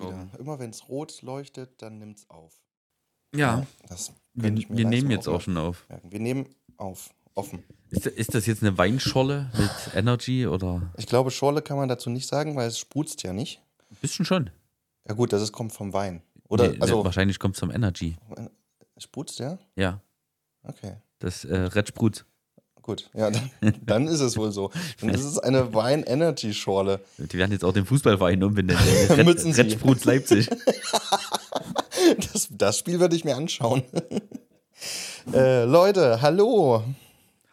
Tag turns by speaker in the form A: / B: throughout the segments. A: wieder. Immer wenn es rot leuchtet, dann nimmt es auf.
B: Ja,
A: Das
B: wir,
A: könnte ich mir
B: wir
A: gleich
B: nehmen
A: so
B: jetzt auch schon auf.
A: merken. Wir nehmen auf, offen.
B: Ist, ist das jetzt eine Weinscholle mit Energy oder?
A: Ich glaube, Schorle kann man dazu nicht sagen, weil es sprutzt ja nicht.
B: Ein bisschen schon.
A: Ja gut, das ist, kommt vom Wein. Oder,
B: Nee, ne,
A: also,
B: wahrscheinlich kommt es vom Energy.
A: sprutzt ja?
B: Ja,
A: Okay,
B: das äh, Red Sprut.
A: gut. Ja, dann, dann ist es wohl so. Dann ist es eine Wein-Energy-Schorle.
B: Die werden jetzt auch den Fußballverein umbenennen. Red,
A: Müssen sie.
B: Red Sprut Leipzig.
A: Das, das Spiel würde ich mir anschauen. äh, Leute, hallo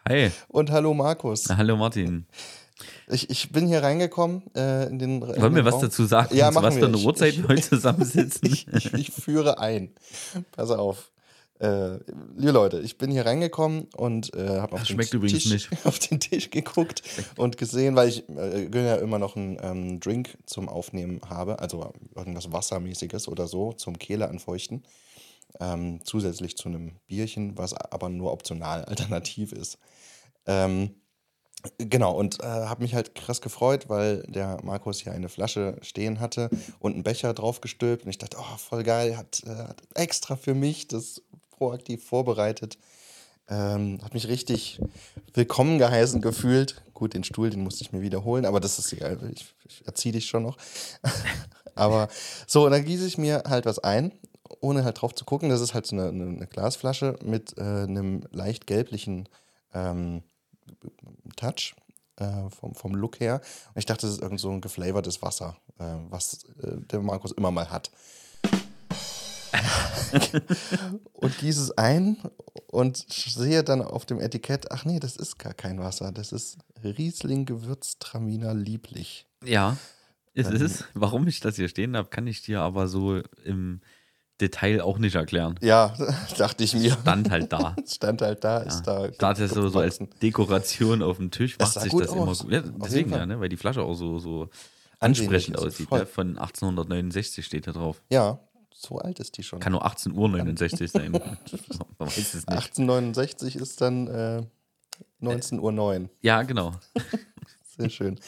B: Hi,
A: und hallo Markus.
B: Na, hallo Martin.
A: Ich, ich bin hier reingekommen äh, in den. in
B: Wollen wir
A: den
B: was
A: Raum.
B: dazu sagen,
A: Ja,
B: zu
A: machen
B: was für
A: wir.
B: eine
A: Ich-
B: Uhrzeit
A: ich-
B: wir heute zusammensitzen?
A: Ich, ich, ich führe ein. Pass auf. Äh, liebe Leute, ich bin hier reingekommen und äh, habe auf,
B: Das
A: den
B: schmeckt übrigens
A: Tisch-
B: nicht.
A: auf den Tisch geguckt und gesehen, weil ich äh, ja immer noch einen ähm, Drink zum Aufnehmen habe, also irgendwas Wassermäßiges oder so zum Kehle anfeuchten. Ähm, zusätzlich zu einem Bierchen, was aber nur optional alternativ ist. Ähm, Genau, und äh, habe mich halt krass gefreut, weil der Markus hier eine Flasche stehen hatte und einen Becher draufgestülpt. Und ich dachte, oh, voll geil, hat, äh, hat extra für mich das proaktiv vorbereitet. Ähm, hat mich richtig willkommen geheißen gefühlt. Gut, den Stuhl, den musste ich mir wiederholen, aber das ist egal, ich, ich erziehe dich schon noch. aber so, und dann gieße ich mir halt was ein, ohne halt drauf zu gucken. Das ist halt so eine, eine, eine Glasflasche mit äh, einem leicht gelblichen. Ähm, Touch äh, vom, vom Look her. Und ich dachte, das ist irgend so ein geflavortes Wasser, äh, was äh, der Markus immer mal hat. und gieße es ein und sehe dann auf dem Etikett, ach nee, das ist gar kein Wasser, das ist Riesling Gewürztraminer lieblich.
B: Ja, es
A: Ähm.
B: ist. Warum ich das hier stehen habe, kann ich dir aber so im Detail auch nicht erklären.
A: Ja, dachte ich mir.
B: Stand halt da.
A: Stand halt da, ist da.
B: Ja. Start jetzt so, so als
A: gewachsen.
B: Dekoration auf dem Tisch,
A: Das
B: macht
A: sah
B: sich
A: gut
B: das
A: aus.
B: immer gut. Ja,
A: Auf jeden
B: deswegen
A: Fall.
B: ja, ne? weil die Flasche auch so, so
A: Ansehnlich
B: ansprechend
A: ist sie,
B: aussieht.
A: voll.
B: Ne? Von 1869 steht da drauf.
A: Ja, so alt ist die schon.
B: Kann nur 18 Uhr 69 sein. Man weiß es nicht.
A: 1869 ist dann äh, 19.09 Uhr. neun.
B: Ja, genau.
A: Sehr schön.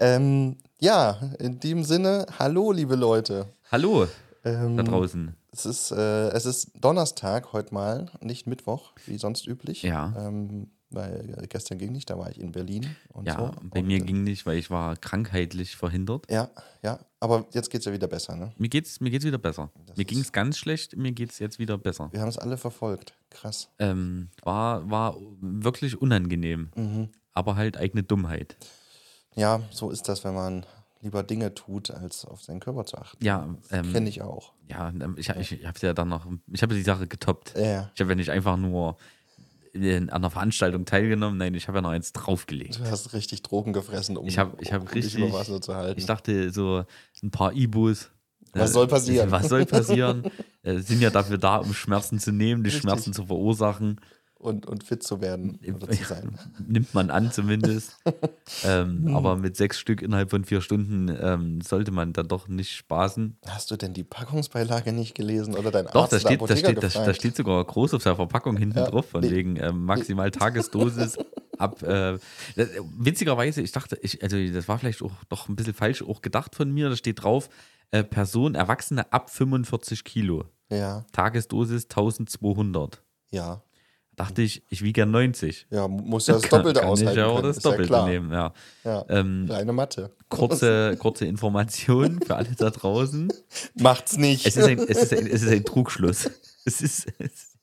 A: ähm, ja, in dem Sinne, hallo, liebe Leute.
B: Hallo
A: Ähm,
B: da draußen.
A: Es ist, äh, es ist Donnerstag heute mal, nicht Mittwoch, wie sonst üblich.
B: Ja.
A: Ähm, weil äh, gestern ging nicht, da war ich in Berlin und
B: Ja,
A: so.
B: bei
A: und,
B: mir
A: äh,
B: ging nicht, weil ich war krankheitlich verhindert.
A: Ja, ja, aber jetzt geht's ja wieder besser, ne?
B: Mir geht's, mir geht's wieder besser.
A: Das
B: Mir
A: ist-
B: ging's ganz schlecht, mir geht's jetzt wieder besser.
A: Wir haben es alle verfolgt. Krass.
B: Ähm, war, war wirklich unangenehm.
A: Mhm.
B: Aber halt eigene Dummheit.
A: Ja, so ist das, wenn man lieber Dinge tut, als auf seinen Körper zu achten.
B: Ja, ähm,
A: Kenne ich auch.
B: Ja, ähm, ich, ich, ich habe ja dann noch, ich habe die Sache getoppt.
A: Ja.
B: Ich habe ja nicht einfach nur in, an einer Veranstaltung teilgenommen, nein, ich habe ja noch eins draufgelegt.
A: Du hast richtig Drogen gefressen, um,
B: Ich hab- ich hab
A: um dich
B: richtig-
A: über Wasser zu halten.
B: Ich dachte so ein paar Ibus.
A: Was soll passieren?
B: Was soll passieren? äh, sind ja dafür da, um Schmerzen zu nehmen, die
A: Richtig.
B: Schmerzen zu verursachen.
A: und, und fit zu werden oder zu sein.
B: Nimmt man an zumindest. ähm, aber mit sechs Stück innerhalb von vier Stunden ähm, sollte man dann doch nicht spaßen.
A: Hast du denn die Packungsbeilage nicht gelesen oder dein
B: Doch,
A: Arzt
B: da
A: oder
B: steht, da,
A: Apotheker
B: steht, da, da
A: gefragt?
B: steht sogar groß auf der Verpackung hinten
A: Ja,
B: drauf, von
A: nee.
B: wegen äh, maximal Tagesdosis ab. Äh, das- witzigerweise, ich dachte, ich, also das war vielleicht auch doch ein bisschen falsch auch gedacht von mir. Da steht drauf, äh, Person, Erwachsene ab 45 Kilo.
A: Ja,
B: Tagesdosis 1200.
A: ja,
B: Dachte ich, ich wiege ja 90.
A: ja, muss ja das
B: Kann-
A: Doppelte
B: kann
A: aushalten
B: Ich ja auch
A: können,
B: das
A: ist
B: Doppelte
A: ja klar.
B: nehmen, ja.
A: Ja,
B: Ähm,
A: kleine Mathe.
B: kurze, kurze Information für alle da draußen.
A: Macht's nicht.
B: Es ist ein, es ist ein, es ist ein Trugschluss. Es ist, es,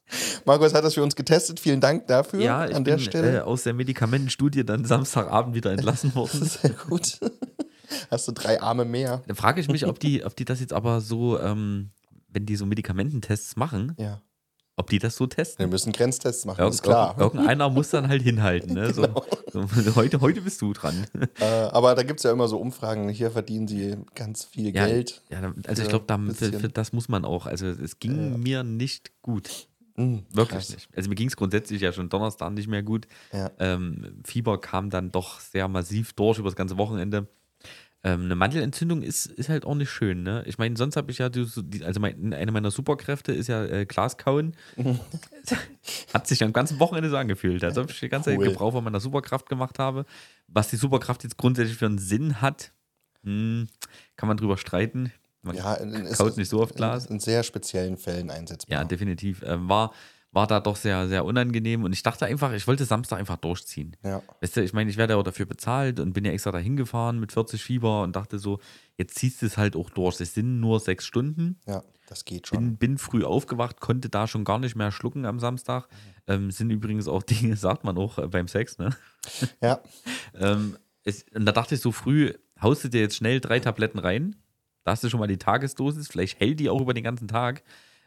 A: Markus hat das für uns getestet, vielen Dank dafür
B: Ja, ich
A: an
B: bin
A: der Stelle.
B: Äh, aus der Medikamentenstudie dann Samstagabend wieder entlassen worden.
A: Sehr gut. Hast du drei Arme mehr?
B: Dann frage ich mich, ob die, ob die das jetzt aber so, ähm, wenn die so Medikamententests machen,
A: Ja,
B: ob die das so testen.
A: wir müssen Grenztests machen,
B: Irgend-
A: ist klar. Genau.
B: irgend- Irgendeiner muss dann halt hinhalten. Ne? So, so, heute, heute bist du dran.
A: Äh, aber da gibt's ja immer so Umfragen, hier verdienen sie ganz viel
B: Ja,
A: Geld.
B: Ja, dann- also ich
A: Ja,
B: glaube, da, für,
A: bisschen.
B: für das muss man auch. Also es ging mir nicht gut.
A: Hm,
B: Wirklich
A: krass.
B: nicht. Also mir ging es grundsätzlich ja schon Donnerstag nicht mehr gut.
A: Ja.
B: Ähm, Fieber kam dann doch sehr massiv durch über das ganze Wochenende. Ähm, eine Mandelentzündung ist, ist halt auch nicht schön, ne? Ich meine, sonst habe ich ja, die, so die- also mein, eine meiner Superkräfte ist ja äh, Glaskauen. Hat sich am ganzen Wochenende so angefühlt, als ob ich die ganze
A: Cool.
B: Zeit Gebrauch von meiner Superkraft gemacht habe. Was die Superkraft jetzt grundsätzlich für einen Sinn hat, hm, kann man drüber streiten. Man
A: Ja,
B: kaut nicht so oft Glas.
A: In, in sehr speziellen Fällen einsetzbar.
B: Ja, definitiv. Ähm, war, war da doch sehr, sehr unangenehm. Und ich dachte einfach, ich wollte Samstag einfach durchziehen.
A: Ja.
B: Weißt du, ich meine, ich werde ja auch dafür bezahlt und bin ja extra dahin gefahren mit 40 Fieber und dachte so, jetzt ziehst du es halt auch durch. Es sind nur sechs Stunden.
A: ja, das geht schon.
B: Bin, bin früh aufgewacht, konnte da schon gar nicht mehr schlucken am Samstag. Ähm, sind übrigens auch Dinge, sagt man auch äh, beim Sex, ne?
A: Ja,
B: Ähm, es, und da dachte ich so früh, haust du dir jetzt schnell drei Tabletten rein, da hast du schon mal die Tagesdosis, vielleicht hält die auch über den ganzen Tag.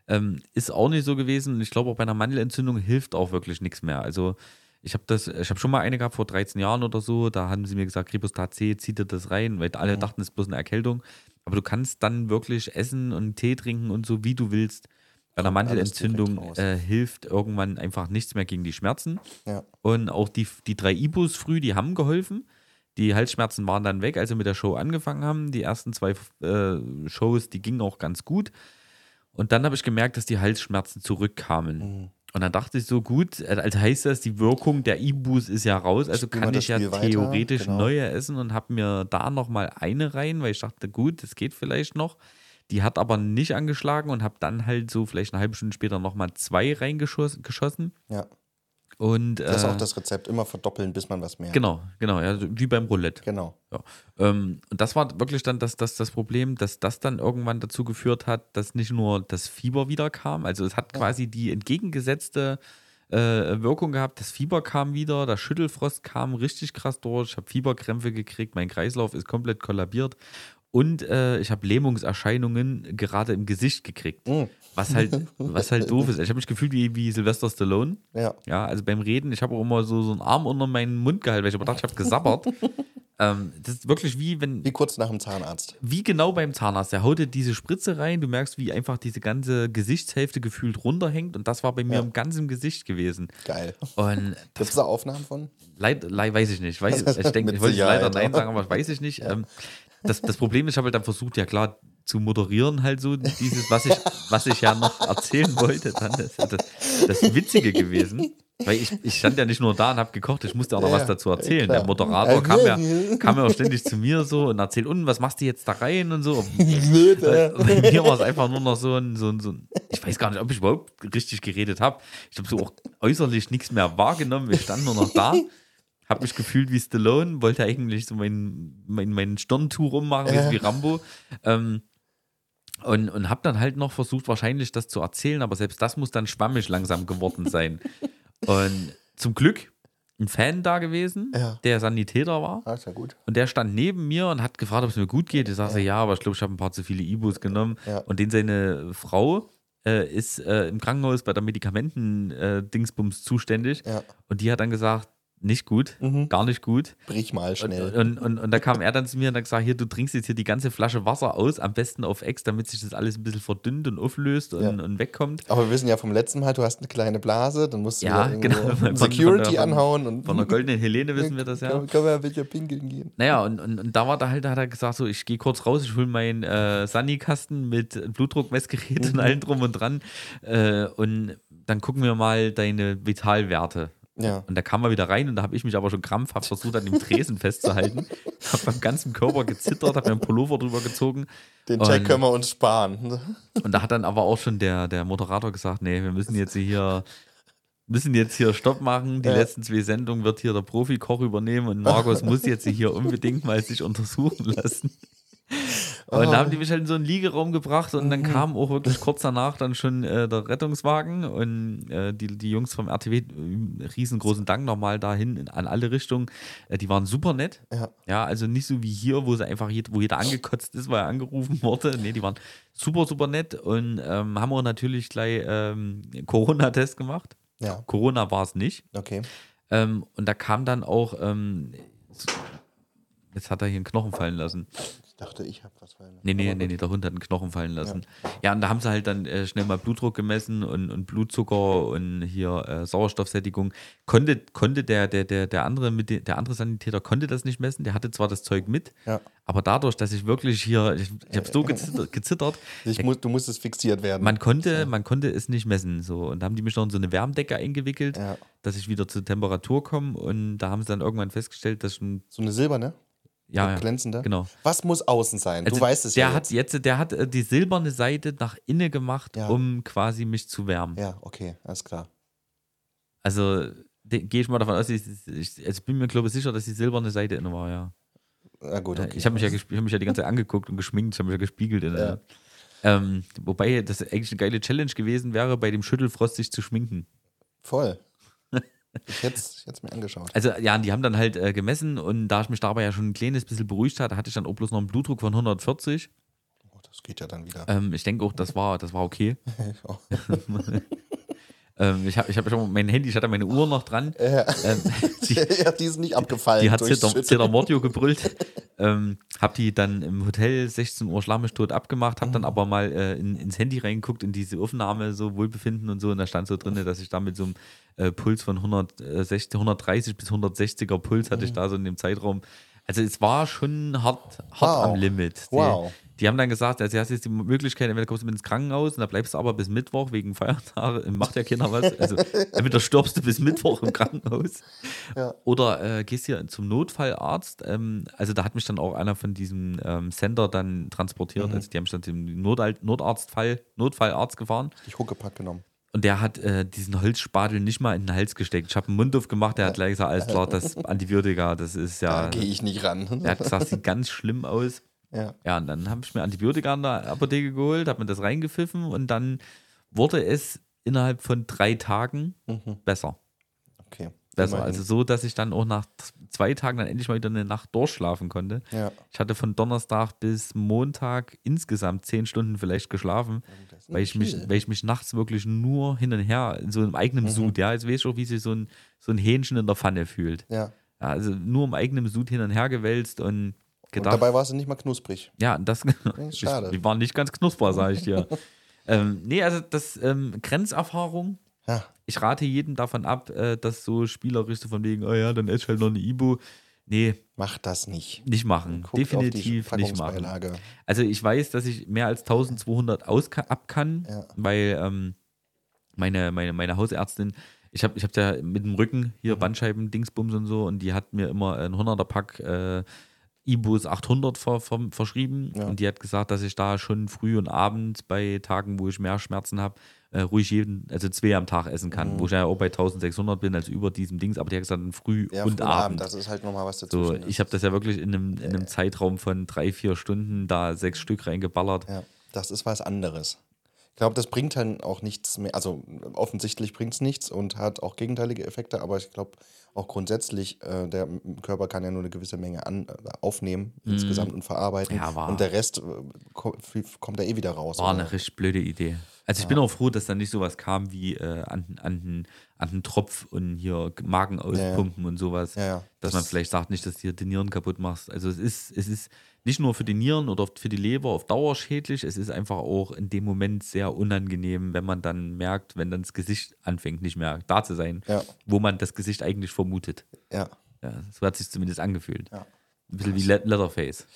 B: Ähm, ist auch nicht so gewesen und ich glaube auch bei einer Mandelentzündung hilft auch wirklich nichts mehr. Also ich habe das, ich habe schon mal eine gehabt vor 13 Jahren oder so, da haben sie mir gesagt, Kripostat C, zieh dir das rein, weil alle dachten, es ist bloß eine Erkältung. Aber du kannst dann wirklich essen und Tee trinken und so, wie du willst. Bei einer
A: Kommt alles
B: Mandelentzündung
A: direkt raus.
B: äh, hilft irgendwann einfach nichts mehr gegen die Schmerzen.
A: ja.
B: Und auch die, die drei Ibus früh, die haben geholfen. Die Halsschmerzen waren dann weg, als wir mit der Show angefangen haben. Die ersten zwei äh, Shows, die gingen auch ganz gut. Und dann habe ich gemerkt, dass die Halsschmerzen zurückkamen.
A: Mhm.
B: Und dann dachte ich so, gut, äh, also heißt das, die Wirkung der Ibus ist ja raus. Also
A: Spielen wir
B: kann
A: das
B: ich ja
A: Spiel weiter,
B: theoretisch
A: genau.
B: neue essen und habe mir da nochmal eine rein, weil ich dachte, gut, das geht vielleicht noch. Die hat aber nicht angeschlagen und habe dann halt so vielleicht eine halbe Stunde später nochmal zwei reingeschossen.
A: ja.
B: Und,
A: Das ist
B: äh,
A: auch das Rezept. Immer verdoppeln, bis man was merkt.
B: Genau, genau, ja, so wie beim Roulette.
A: Genau.
B: Ja. Ähm, und das war wirklich dann das, das, das Problem, dass das dann irgendwann dazu geführt hat, dass nicht nur das Fieber wieder kam, also es hat quasi die entgegengesetzte äh, Wirkung gehabt, das Fieber kam wieder, der Schüttelfrost kam richtig krass durch, ich habe Fieberkrämpfe gekriegt, mein Kreislauf ist komplett kollabiert und äh, ich habe Lähmungserscheinungen gerade im Gesicht gekriegt, was halt, was halt doof ist. Ich habe mich gefühlt wie, wie Sylvester Stallone.
A: Ja.
B: Ja, also beim Reden, ich habe auch immer so, so einen Arm unter meinen Mund gehalten, weil ich aber dachte, ich habe gesabbert. ähm, das ist wirklich wie, wenn,
A: Wie kurz nach dem Zahnarzt.
B: wie genau beim Zahnarzt. Der haut dir diese Spritze rein, du merkst, wie einfach diese ganze Gesichtshälfte gefühlt runterhängt und das war bei mir
A: Ja.
B: im ganzen Gesicht gewesen.
A: Geil.
B: Und
A: Gibt es da Aufnahmen von?
B: Leid, leid, weiß ich nicht. Weiß, ich denke,
A: Mit
B: ich wollte leider
A: Sicherheit, ne?
B: nein
A: aber-
B: sagen, aber weiß ich nicht. Ähm, das, das Problem ist, ich habe halt dann versucht, ja klar, zu moderieren halt so dieses, was ich, was ich ja noch erzählen wollte. Dann ist ja das, das Witzige gewesen. Weil ich, ich stand ja nicht nur da und habe gekocht, ich musste auch noch
A: Ja,
B: was dazu erzählen.
A: klar. Äh,
B: Der Moderator kam ja,
A: Ja.
B: kam ja auch ständig zu mir so und erzählt, und was machst du jetzt da rein und so.
A: Blöd,
B: Äh,
A: äh.
B: bei mir war es einfach nur noch so ein, so ein, so ein ich weiß gar nicht, ob ich überhaupt richtig geredet habe. Ich habe so auch äußerlich nichts mehr wahrgenommen. Wir standen nur noch da. Habe mich gefühlt wie Stallone, wollte eigentlich so meinen mein, mein Stirntuch rummachen,
A: Ja.
B: wie Rambo. Ähm, und, und habe dann halt noch versucht, wahrscheinlich das zu erzählen, aber selbst das muss dann schwammig langsam geworden sein. und zum Glück ein Fan da gewesen,
A: Ja.
B: der Sanitäter war.
A: Ah, ist ja gut.
B: Und der stand neben mir und hat gefragt, ob es mir gut geht. Ich sagte, ja, aber ich glaube, ich habe ein paar zu viele Ibus genommen.
A: Ja.
B: Und den seine Frau äh, ist äh, im Krankenhaus bei der Medikamenten-Dingsbums zuständig.
A: Ja. Mhm.
B: Und die hat dann gesagt, nicht gut, gar nicht gut.
A: Brich mal
B: Und,
A: schnell.
B: und, und, und da kam er dann zu mir und hat gesagt, hier, du trinkst jetzt hier die ganze Flasche Wasser aus, am besten auf Ex, damit sich das alles ein bisschen verdünnt und auflöst und,
A: Ja.
B: und wegkommt.
A: Aber wir wissen ja vom letzten Mal, du hast eine kleine Blase, dann musst du
B: äh, Ja,
A: wieder
B: genau.
A: irgendwo
B: Von- von
A: Security
B: der- von-
A: anhauen und
B: Von der goldenen Helene wissen wir das ja.
A: Können, können wir welche pinkeln gehen?
B: Naja, und, und, und da war da halt, da hat er gesagt, so, ich gehe kurz raus, ich hole meinen äh, Sunny-Kasten mit Blutdruckmessgerät und allem drum und dran. Äh, und dann gucken wir mal deine Vitalwerte.
A: Ja.
B: Und da kam er wieder rein und da habe ich mich aber schon krampfhaft versucht, an dem Tresen festzuhalten. Habe beim ganzen Körper gezittert, habe mir einen Pullover drüber gezogen.
A: Den
B: Und-
A: Check können wir uns sparen.
B: Und da hat dann aber auch schon der, der Moderator gesagt, nee, wir müssen jetzt hier müssen jetzt hier Stopp machen. Die
A: Ja.
B: letzten zwei Sendungen wird hier der Profikoch übernehmen und Markus muss jetzt hier unbedingt mal sich untersuchen lassen. Und da haben die mich halt in so einen Liegeraum gebracht und dann
A: Mhm.
B: kam auch wirklich kurz danach dann schon äh, der Rettungswagen und äh, die, die Jungs vom RTW, äh, riesengroßen Dank nochmal dahin in, an alle Richtungen. Äh, die waren super nett.
A: Ja.
B: Ja, also nicht so wie hier, wo sie einfach jed wo jeder angekotzt ist, weil er angerufen wurde. Nee, die waren super, super nett und ähm, haben auch natürlich gleich ähm, einen Corona-Test gemacht.
A: Ja,
B: Corona war es nicht.
A: okay.
B: Ähm, und da kam dann auch, ähm, jetzt hat er hier einen Knochen fallen lassen.
A: Ich dachte, ich habe was fallen.
B: Nee, nee,
A: Aber
B: nee,
A: gut.
B: nee, der Hund hat einen Knochen fallen lassen. Ja, und da haben sie halt dann äh, schnell mal Blutdruck gemessen und, und Blutzucker und hier äh, Sauerstoffsättigung. Konnte, konnte der, der, der, der, andere mit de, der andere Sanitäter konnte das nicht messen, der hatte zwar das Zeug mit,
A: Ja. Äh,
B: aber dadurch, dass ich wirklich hier, ich, ich habe so gezittert, gezittert
A: Ich muss, du musstest fixiert werden.
B: man, konnte, man konnte es nicht messen. So. Und da haben die mich noch in so eine Wärmdecke eingewickelt,
A: Ja.
B: dass ich wieder zur Temperatur komme und da haben sie dann irgendwann festgestellt, dass ich ein
A: so eine silberne?
B: Ja, ja.
A: glänzender.
B: Genau.
A: Was muss außen sein?
B: Also
A: du weißt es
B: der
A: ja.
B: hat jetzt, der hat äh, die silberne Seite nach innen gemacht,
A: Ja.
B: um quasi mich zu wärmen.
A: ja, okay, alles klar.
B: Also de- gehe ich mal davon aus, ich, ich, also ich bin mir glaube ich sicher, dass die silberne Seite innen war, ja.
A: Na gut,
B: Ja,
A: okay.
B: Ich habe mich, ja gesp- ich hab mich ja die ganze Zeit angeguckt und geschminkt, ich habe mich ja gespiegelt. In der- ähm, wobei das eigentlich eine geile Challenge gewesen wäre, bei dem Schüttelfrost sich zu schminken.
A: Voll. Ich hätte es mir angeschaut.
B: Also ja, die haben dann halt äh, gemessen und da ich mich dabei ja schon ein kleines bisschen beruhigt hatte, hatte ich dann auch bloß noch einen Blutdruck von 140.
A: Oh, das geht ja dann wieder.
B: Ähm, ich denke auch, das war, das war okay.
A: Oh.
B: ähm, ich habe ich hab schon mal mein Handy, ich hatte meine Uhr noch dran.
A: Ja.
B: Ähm, die,
A: ja, die ist nicht abgefallen.
B: Die hat
A: durchs
B: Zitter,
A: Schütteln.
B: Zitter Mordio gebrüllt. ähm, hab die dann im Hotel 16 Uhr schlammestot abgemacht, hab dann aber mal äh, in, ins Handy reingeguckt, in diese Aufnahme, so Wohlbefinden und so. Und da stand so drin, dass ich da mit so einem äh, Puls von 160, 130 bis 160er Puls hatte ich da so in dem Zeitraum. Also es war schon hart, hart
A: Wow.
B: am Limit. Die,
A: Wow.
B: die haben dann gesagt, also du hast jetzt die Möglichkeit, entweder kommst du mit ins Krankenhaus und da bleibst du aber bis Mittwoch wegen Feiertage, macht ja keiner was. Also entweder stirbst du bis Mittwoch im Krankenhaus oder äh, gehst hier zum Notfallarzt. Ähm, also da hat mich dann auch einer von diesem ähm, Sender dann transportiert.
A: Mhm.
B: Also die haben mich dann zum Notal Notarztfall, Notfallarzt gefahren.
A: Ich Huckepack genommen.
B: Und der hat äh, diesen Holzspatel nicht mal in den Hals gesteckt. Ich habe einen Mund aufgemacht, der hat gleich gesagt, alles klar, das Antibiotika, das ist
A: Da
B: also- ja...
A: gehe ich nicht ran.
B: Der hat gesagt, sieht ganz schlimm aus.
A: Ja.
B: Ja, und dann habe ich mir Antibiotika in der Apotheke geholt, habe mir das reingepfiffen und dann wurde es innerhalb von drei Tagen besser.
A: Okay.
B: Besser.
A: Mhm. Immerhin.
B: Also so, dass ich dann auch nach z- zwei Tagen dann endlich mal wieder eine Nacht durchschlafen konnte.
A: Ja.
B: Ich hatte von Donnerstag bis Montag insgesamt zehn Stunden vielleicht geschlafen,
A: ist
B: weil ich, mich,
A: viel. Mhm.
B: weil ich mich nachts wirklich nur hin und her in so einem eigenen Sud, ja, jetzt weißt du auch, wie sich so ein, so ein Hähnchen in der Pfanne fühlt.
A: ja.
B: Ja, also nur im eigenen Sud hin und her gewälzt und
A: Und
B: gedacht,
A: dabei war es nicht mal knusprig.
B: ja, das
A: ist schade.
B: Ich, die waren nicht ganz knusper, sage ich dir. ähm, nee, also das ähm, Grenzerfahrung.
A: Ja.
B: Ich rate jedem davon ab, äh, dass so spielerisch so von wegen, oh ja, dann esse ich halt noch eine Ibo. Nee,
A: Mach das nicht.
B: nicht machen.
A: Guckt
B: Definitiv
A: auf die
B: nicht machen.
A: Packungsbeilage.
B: Also ich weiß, dass ich mehr als 1200 aus ab kann,
A: Ja.
B: weil ähm, meine, meine, meine Hausärztin, ich habe ich hab ja mit dem Rücken
A: Mhm.
B: hier Bandscheiben, Dingsbums und so und die hat mir immer ein 100er-Pack äh, Ibus 800 ver, ver, verschrieben
A: Ja.
B: und die hat gesagt, dass ich da schon früh und abends bei Tagen, wo ich mehr Schmerzen habe, äh, ruhig jeden, also zwei am Tag essen kann,
A: Mhm.
B: wo ich ja auch bei 1600 bin, also über diesem Dings, aber die hat gesagt, dann früh
A: Ja,
B: und
A: frühen
B: Abend.
A: Das ist halt nochmal was
B: So,
A: dazwischen.
B: ich habe das ja wirklich in einem, in
A: Äh.
B: einem Zeitraum von drei, vier Stunden da sechs Stück reingeballert.
A: Ja, das ist was anderes. Ich glaube, das bringt dann auch nichts mehr. Also offensichtlich bringt es nichts und hat auch gegenteilige Effekte, aber ich glaube auch grundsätzlich, äh, der M- Körper kann ja nur eine gewisse Menge an, äh, aufnehmen insgesamt und verarbeiten.
B: Mhm. Ja, wahr. ne?
A: und der Rest äh, ko- f- kommt da eh wieder raus.
B: War
A: oder?
B: eine richtig blöde Idee. Also ich bin auch froh, dass da nicht sowas kam wie äh, an, an, den- an den Tropf und hier Magen auspumpen und sowas.
A: Ja, ja.
B: Dass
A: Das-
B: man vielleicht sagt, nicht, dass du hier die Nieren kaputt machst. Also es ist, es ist nicht nur für die Nieren oder für die Leber auf Dauer schädlich, es ist einfach auch in dem Moment sehr unangenehm, wenn man dann merkt, wenn dann das Gesicht anfängt, nicht mehr da zu sein,
A: Ja.
B: wo man das Gesicht eigentlich vermutet.
A: Ja,
B: Ja, so hat sich zumindest angefühlt.
A: ja.
B: Ein bisschen wie Le Leatherface.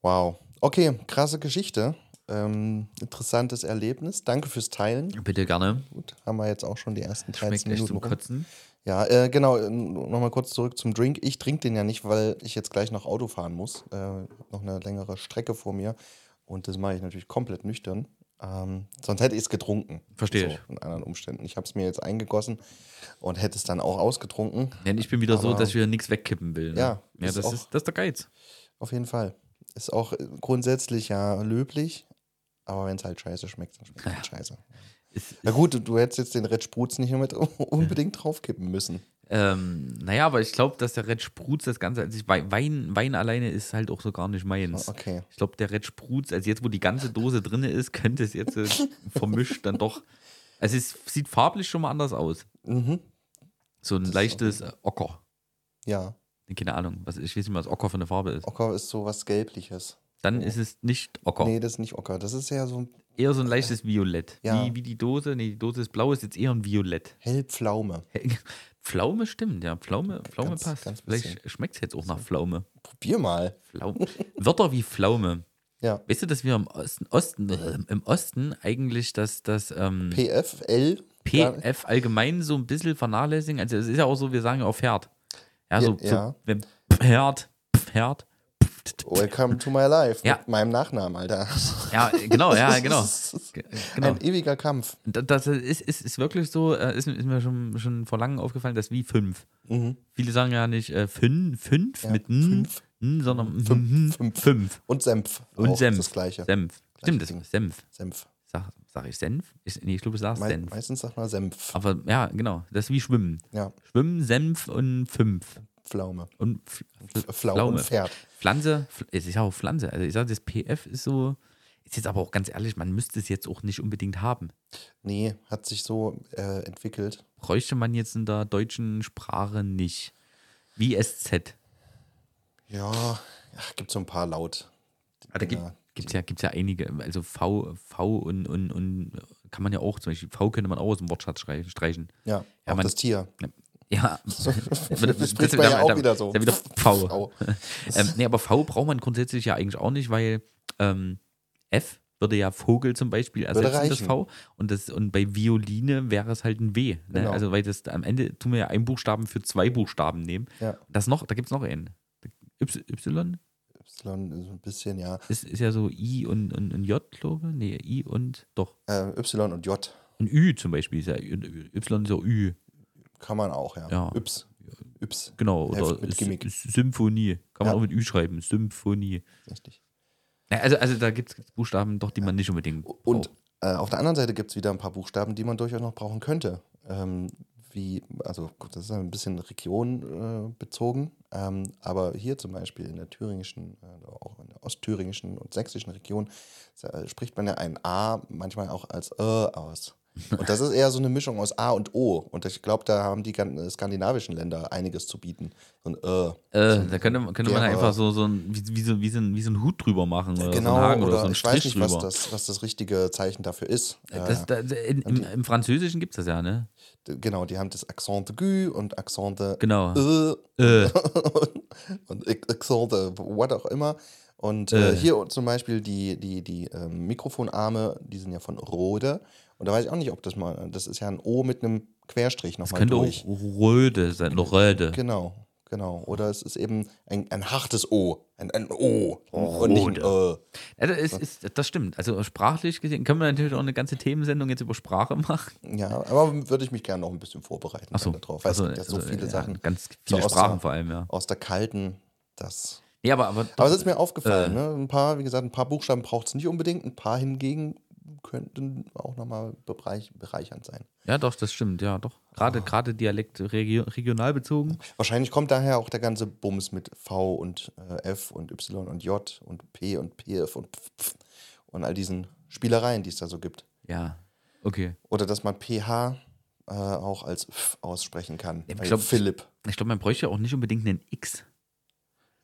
A: Wow. Okay, krasse Geschichte. Ähm, interessantes Erlebnis. Danke fürs Teilen.
B: Bitte gerne.
A: Gut, haben wir jetzt auch schon die ersten 13
B: Schmeckt echt
A: Minuten
B: zum
A: rum.
B: Kotzen.
A: Ja, äh, genau, nochmal kurz zurück zum Drink. Ich trinke den ja nicht, weil ich jetzt gleich noch Auto fahren muss. Äh, hab noch eine längere Strecke vor mir. Und das mache ich natürlich komplett nüchtern. Ähm, sonst hätte ich es getrunken.
B: Verstehe ich.
A: in anderen Umständen. Ich habe es mir jetzt eingegossen und hätte es dann auch ausgetrunken.
B: Ja, ich bin wieder so,
A: Aber-
B: dass ich wieder nichts wegkippen will. Ne?
A: Ja,
B: ja
A: ist
B: das,
A: auch-
B: ist, das ist der Geiz.
A: Auf jeden Fall. Ist auch äh, grundsätzlich ja löblich. Aber wenn es halt scheiße schmeckt, dann schmeckt es halt scheiße.
B: Ist,
A: Na gut, du, du hättest jetzt den Red Sprutz nicht mit unbedingt draufkippen müssen.
B: ähm, naja, aber ich glaube, dass der Red Sprutz das Ganze, also ich, wei- Wein, Wein alleine ist halt auch so gar nicht meins.
A: Ah, Okay.
B: Ich glaube, der Red Sprutz, also jetzt, wo die ganze Dose drin ist, könnte es jetzt äh, vermischt dann doch. Also es sieht farblich schon mal anders aus.
A: Mhm.
B: So ein
A: Das ist
B: leichtes äh, Ocker.
A: Ja.
B: Keine Ahnung, was, ich weiß nicht, was Ocker für eine Farbe ist.
A: Ocker ist so was Gelbliches.
B: Dann ist es nicht Ocker.
A: Oh. Nee, das ist nicht Ocker. Das ist ja so ein
B: Eher so ein leichtes Violett.
A: Ja.
B: Wie, wie die Dose. Nee, die Dose ist blau, ist jetzt eher ein Violett.
A: Hellpflaume.
B: Pflaume stimmt, ja. Pflaume, Pflaume
A: Ganz-
B: passt.
A: ganz
B: Vielleicht schmeckt es jetzt auch nach Pflaume.
A: Probier mal.
B: Pflaume. Wörter wie Pflaume.
A: Ja.
B: Weißt du, dass wir im Osten, Osten, äh, im Osten eigentlich das, das ähm,
A: PF, L. Ja,
B: PF allgemein so ein bisschen vernachlässigen? Also es ist ja auch so, wir sagen ja auch Pferd. Ja, so,
A: Ja, ja.
B: so wenn Pferd, Pferd,
A: Welcome to my life.
B: Ja.
A: Mit meinem Nachnamen, Alter.
B: Ja, genau, ja, genau.
A: Das ist
B: Ge- genau.
A: Ein ewiger Kampf.
B: Da- Das ist, ist, ist wirklich so, äh, ist, ist mir schon, schon vor langem aufgefallen, dass wie fünf. Viele sagen ja nicht äh, fün, fünf
A: Mhm. Ja,
B: mit n,
A: fünf.
B: n, sondern
A: Fünf,
B: fünf.
A: fünf.
B: fünf.
A: Und Senf.
B: Mhm. Und
A: auch,
B: Senf.
A: Das gleiche.
B: Senf. Stimmt, das
A: Ding.
B: ist Senf.
A: Senf.
B: Sag, sag ich Senf? Ich, nee, ich glaube, du sagst
A: Mei-
B: Senf.
A: Meistens sagt man Senf.
B: Aber ja, genau. Das ist wie Schwimmen.
A: Ja,
B: Schwimmen, Senf und fünf.
A: Pflaume.
B: Und Pf- Pf-
A: Pflaume. Pferd.
B: Pflanze, Pfl- es ist ja auch Pflanze. Also ich sage, das PF ist so, ist jetzt aber auch ganz ehrlich, man müsste es jetzt auch nicht unbedingt haben.
A: Nee, hat sich so äh, entwickelt.
B: Bräuchte man jetzt in der deutschen Sprache nicht. Wie SZ.
A: Ja, ach, gibt so ein paar laut.
B: Ah, da gibt
A: Ja,
B: es ja, gibt's ja einige, also V, V und, und, und kann man ja auch, zum Beispiel V könnte man auch aus dem Wortschatz schrei- streichen.
A: Ja,
B: Ja,
A: auch
B: man-
A: das Tier.
B: Ja,
A: Das spricht man ja auch wieder so.
B: Da wieder V.
A: Frau.
B: ähm, nee, aber V braucht man grundsätzlich ja eigentlich auch nicht, weil ähm, F würde ja Vogel zum Beispiel ersetzen, das
A: reichen.
B: V. Und, das, und bei Violine wäre es halt ein W. Ne?
A: Genau.
B: Also, weil das am Ende tun wir ja einen Buchstaben für zwei Buchstaben nehmen.
A: Ja.
B: Das noch, da gibt es noch einen. Y, y
A: Y so ein bisschen, ja.
B: ist, ist ja so I und, und, und J, glaube ich. Nee, I und doch.
A: Äh, y und J
B: Und Ü zum Beispiel ist ja Ü- Ü- Y ist ja Ü.
A: kann man auch, ja.
B: Ja.
A: Yps. Yps.
B: Genau. Oder
A: Heft mit
B: S-
A: Gimmick.
B: S- Symphonie. Kann man
A: Ja.
B: auch mit Ü schreiben. Symphonie.
A: Richtig.
B: Ja, also, also da gibt es Buchstaben, doch, die man nicht unbedingt.
A: Und
B: braucht.
A: äh, auf der anderen Seite gibt es wieder ein paar Buchstaben, die man durchaus noch brauchen könnte. Ähm, wie, also gut, das ist ein bisschen regionbezogen, äh, bezogen, ähm, aber hier zum Beispiel in der thüringischen, äh, auch in der ostthüringischen und sächsischen Region äh, spricht man ja ein A manchmal auch als Ö aus. Und das ist eher so eine Mischung aus A und O. Und ich glaube, da haben die gan- äh, skandinavischen Länder einiges zu bieten. So ein Ö.
B: Äh, da könnte, man- könnte man
A: Ja,
B: einfach
A: aber-
B: so, so, ein, wie, wie, so, wie, so ein, wie so einen Hut drüber machen oder so
A: genau,
B: einen Haken
A: oder,
B: oder, so einen
A: ich weiß
B: Strich
A: nicht, was
B: drüber.
A: das, was das richtige Zeichen dafür ist.
B: das,
A: Äh,
B: da, in, im, Im Französischen gibt es das ja, ne?
A: D- Genau, die haben das Accent aigu und Accent de
B: Genau.
A: äh
B: Äh,
A: und Ac- Accent de what auch immer. Und
B: Äh.
A: äh, hier zum Beispiel die, die, die ähm, Mikrofonarme, die sind ja von Rode. Und da weiß ich auch nicht, ob das mal, das ist ja ein O mit einem Querstrich
B: das
A: nochmal
B: könnte
A: durch.
B: auch Röde sein, Röde.
A: Genau, genau. Oder es ist eben ein, ein hartes O, ein, ein O und nicht ein Ö.
B: Also es ist, das stimmt. Also sprachlich gesehen können wir natürlich auch eine ganze Themensendung jetzt über Sprache machen.
A: Ja, aber würde ich mich gerne noch ein bisschen vorbereiten
B: Achso,
A: dann darauf, weil
B: also,
A: es gibt ja so
B: also,
A: viele
B: ja,
A: Sachen
B: Ganz
A: So
B: viele
A: aus
B: Sprachen
A: der-
B: vor allem, ja.
A: aus der kalten, das
B: Ja, aber, aber,
A: Aber es ist mir
B: äh,
A: aufgefallen, ne? Ein paar, wie gesagt, ein paar Buchstaben braucht es nicht unbedingt, ein paar hingegen könnten auch nochmal bereich, bereichernd sein.
B: ja, doch, das stimmt, ja, doch. Gerade
A: Oh.
B: gerade Dialekt regio, regional bezogen.
A: Wahrscheinlich kommt daher auch der ganze Bums mit V und äh, F und Y und J und P und PF und Pf, Pf und all diesen Spielereien, die es da so gibt.
B: Ja, okay.
A: Oder dass man PH äh, auch als F aussprechen kann.
B: Ich
A: Weil
B: glaub,
A: Philipp
B: Ich glaube, man bräuchte auch nicht unbedingt einen X.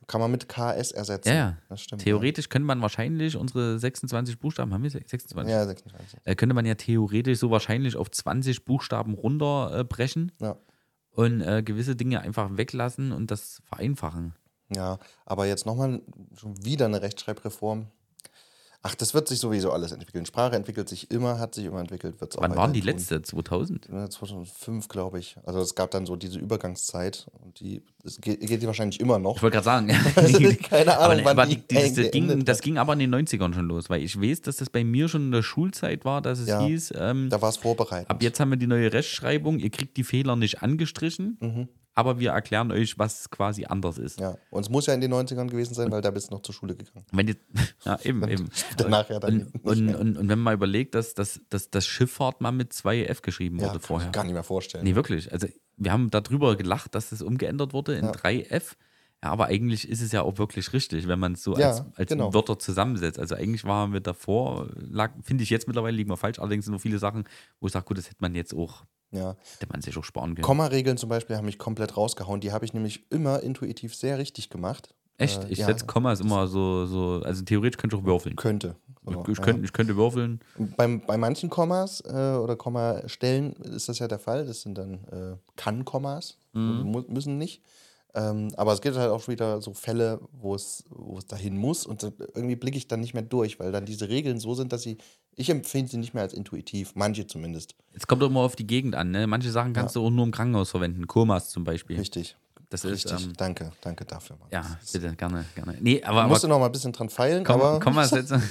A: kann man mit KS ersetzen.
B: Ja, ja.
A: Das stimmt.
B: Theoretisch könnte man wahrscheinlich unsere 26 Buchstaben, haben wir se- 26?
A: Ja, ja 26.
B: Äh, könnte man ja theoretisch so wahrscheinlich auf 20 Buchstaben runterbrechen äh, brechen
A: Ja.
B: und äh, gewisse Dinge einfach weglassen und das vereinfachen.
A: Ja, aber jetzt nochmal schon wieder eine Rechtschreibreform. Ach, das wird sich sowieso alles entwickeln. Sprache entwickelt sich immer, hat sich immer entwickelt, wird es auch
B: Wann waren
A: weiter
B: die
A: tun.
B: letzte? 2000?
A: Ja, 2005, glaube ich. Also es gab dann so diese Übergangszeit und die es geht, geht die wahrscheinlich immer noch.
B: Ich wollte gerade sagen.
A: Keine Ahnung,
B: aber, ne,
A: wann
B: aber
A: die
B: die, dieses, das,
A: geendet
B: ging,
A: hat.
B: das ging aber in den 90ern schon los, weil ich weiß, dass das bei mir schon in der Schulzeit war, dass es
A: Ja.
B: hieß, ähm,
A: Da war es vorbereitet.
B: ab jetzt haben wir die neue Rechtschreibung, ihr kriegt die Fehler nicht angestrichen,
A: Mhm.
B: aber wir erklären euch, was quasi anders ist.
A: Ja, und es muss ja in den 90ern gewesen sein, weil da bist du noch zur Schule gegangen.
B: Wenn die, ja, eben, eben.
A: Danach ja dann
B: Und, und, und, und wenn man überlegt, dass, dass, dass das Schifffahrt mal mit zwei F geschrieben
A: ja,
B: wurde
A: kann
B: vorher.
A: ich gar nicht mehr vorstellen.
B: Nee, wirklich. Also wir haben darüber gelacht, dass es umgeändert wurde in
A: Ja.
B: 3F. Ja, aber eigentlich ist es ja auch wirklich richtig, wenn man es so
A: Ja,
B: als, als
A: genau.
B: Wörter zusammensetzt. Also eigentlich waren wir davor, lag, finde ich jetzt mittlerweile liegen wir falsch, allerdings sind noch viele Sachen, wo ich sage, gut, das hätte man jetzt auch,
A: Ja.
B: hätte man sich auch sparen können.
A: Komma-Regeln zum Beispiel haben mich komplett rausgehauen. Die habe ich nämlich immer intuitiv sehr richtig gemacht.
B: Echt?
A: Äh,
B: Ich
A: ja,
B: setze Kommas immer so, so, also theoretisch könnte ich auch würfeln.
A: könnte. So,
B: ich, ich,
A: ja.
B: könnte, ich könnte würfeln.
A: Bei, bei manchen Kommas äh, oder Kommastellen ist das ja der Fall. Das sind dann äh, Kann-Kommas,
B: Mhm.
A: mu müssen nicht. Ähm, aber es gibt halt auch wieder so Fälle, wo es, wo es dahin muss und dann- irgendwie blicke ich dann nicht mehr durch, weil dann diese Regeln so sind, dass sie, ich empfinde sie nicht mehr als intuitiv, manche zumindest.
B: Es kommt immer auf die Gegend an, ne? Manche Sachen kannst du auch nur im Krankenhaus verwenden. Komas zum Beispiel.
A: Richtig.
B: Das
A: Richtig,
B: ist, ähm,
A: danke, danke dafür. Mann.
B: ja,
A: Das ist-
B: bitte, gerne, gerne. Nee, aber,
A: Musst du
B: aber
A: noch mal ein bisschen dran feilen,
B: Komma,
A: aber
B: Kommasetzung,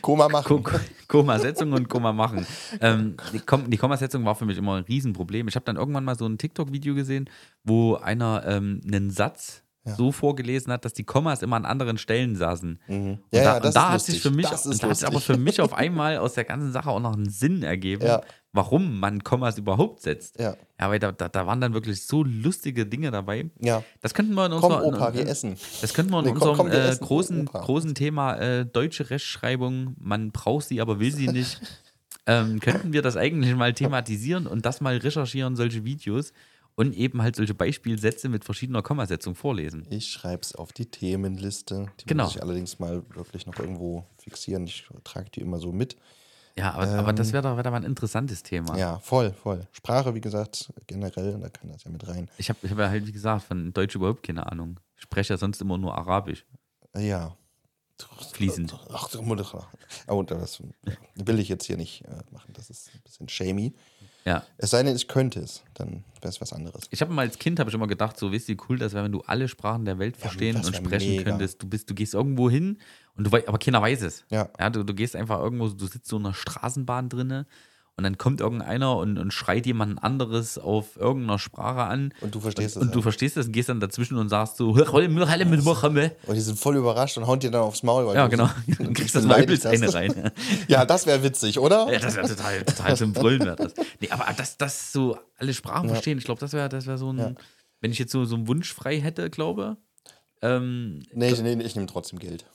A: Koma machen.
B: Ko- Ko- Kommasetzung und Komma machen. Ähm, die, Kom die Kommasetzung war für mich immer ein Riesenproblem. Ich habe dann irgendwann mal so ein TikTok-Video gesehen, wo einer ähm, einen Satz
A: Ja.
B: so vorgelesen hat, dass die Kommas immer an anderen Stellen saßen.
A: Mhm.
B: Und
A: Ja,
B: da,
A: ja, das
B: und da
A: ist
B: hat sich
A: lustig.
B: für mich,
A: das
B: und
A: ist
B: da hat sich aber
A: lustig.
B: für mich auf einmal aus der ganzen Sache auch noch einen Sinn ergeben,
A: Ja.
B: warum man Kommas überhaupt setzt.
A: Ja.
B: Ja, weil da, da, da waren dann wirklich so lustige Dinge dabei.
A: Ja.
B: Das könnten wir in
A: Komm,
B: unserer,
A: Opa,
B: in,
A: wir essen.
B: ne? das könnten wir in
A: Nee, komm-
B: unserem
A: komm, wir
B: äh,
A: essen,
B: großen,
A: Opa.
B: großen Thema äh, deutsche Rechtschreibung, man braucht sie, aber will sie nicht, ähm, könnten wir das eigentlich mal thematisieren und das mal recherchieren, solche Videos und eben halt solche Beispielsätze mit verschiedener Kommasetzung vorlesen.
A: Ich schreibe es auf die Themenliste. Die
B: Genau.
A: muss ich allerdings mal wirklich noch irgendwo fixieren. Ich trage die immer so mit.
B: Ja, aber, aber das wäre doch, wär doch mal ein interessantes Thema.
A: Ähm. Ja, voll, voll. Sprache, wie gesagt, generell, da kann das ja mit rein.
B: Ich habe ich hab ja halt, wie gesagt, von Deutsch überhaupt keine Ahnung. Ich spreche ja sonst immer nur Arabisch,
A: Äh, Ja.
B: fließend.
A: Ach, du Mutter. Aber das will ich jetzt hier nicht äh, machen. Das ist ein bisschen shamey.
B: Ja.
A: Es sei denn, ich könnte es, dann wäre es was anderes.
B: Ich habe mal als Kind habe ich immer gedacht, so wisst ihr, cool, das wäre, wenn du alle Sprachen der Welt verstehen
A: das
B: und
A: wär
B: sprechen
A: mega.
B: könntest. Du bist, du gehst irgendwo hin und du wei- aber keiner weiß es.
A: Ja.
B: du, du gehst einfach irgendwo, du sitzt so in einer Straßenbahn drinne und dann kommt irgendeiner und, und schreit jemand anderes auf irgendeiner Sprache an.
A: Und du verstehst
B: und,
A: es
B: Und du
A: halt.
B: verstehst es und gehst dann dazwischen und sagst so, "Halle mit Halle mit Mohammed."
A: Und die sind voll überrascht und hauen dir dann aufs Maul. Weil
B: ja,
A: du
B: genau.
A: so-
B: Dann kriegst du mal
A: beleidigt
B: übelst eine
A: hast.
B: rein.
A: Ja, das wäre witzig, oder?
B: Ja, das wäre total, total zum Brüllen wäre das. Nee, aber das, das so alle Sprachen verstehen, ich glaube, das wäre das wär so ein, wenn ich jetzt so, so einen Wunsch frei hätte, glaube. Ähm,
A: Nee, ich, nee, ich nehme trotzdem Geld.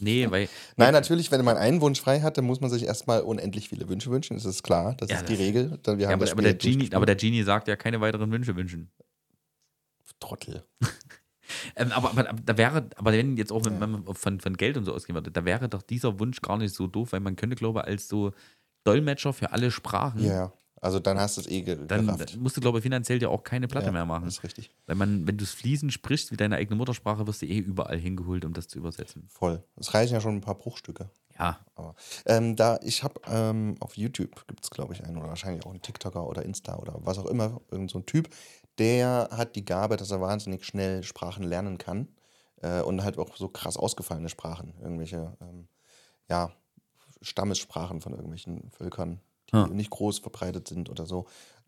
B: nee, weil
A: Nein, natürlich, wenn man einen Wunsch frei hat, dann muss man sich erstmal unendlich viele Wünsche wünschen. Das ist klar, das
B: Ja,
A: ist die
B: das-
A: Regel. Dann, wir
B: ja,
A: haben
B: aber,
A: das
B: aber,
A: Spiel
B: der Genie,
A: durchgespielt.
B: aber der Genie sagt ja keine weiteren Wünsche wünschen.
A: Trottel.
B: Ähm, aber, aber, aber da wäre, aber wenn jetzt auch wenn man von, von Geld und so ausgehen würde, da wäre doch dieser Wunsch gar nicht so doof, weil man könnte, glaube ich, als so Dolmetscher für alle Sprachen,
A: Ja, ja. Also dann hast du es eh ge
B: Hm. dann
A: gerafft.
B: musst du, glaube ich, finanziell ja auch keine Platte
A: ja,
B: mehr machen.
A: Das ist richtig.
B: Weil man, wenn du es fließend sprichst wie deine eigene Muttersprache, wirst du eh überall hingeholt, um das zu übersetzen.
A: Voll. Es reichen ja schon ein paar Bruchstücke.
B: Ja.
A: Aber, ähm, da ich habe ähm, auf YouTube gibt es glaube ich einen oder wahrscheinlich auch einen TikToker oder Insta oder was auch immer irgend so ein Typ, der hat die Gabe, dass er wahnsinnig schnell Sprachen lernen kann äh, und halt auch so krass ausgefallene Sprachen, irgendwelche ähm, ja Stammessprachen von irgendwelchen Völkern, die
B: Ah.
A: nicht groß verbreitet sind oder so.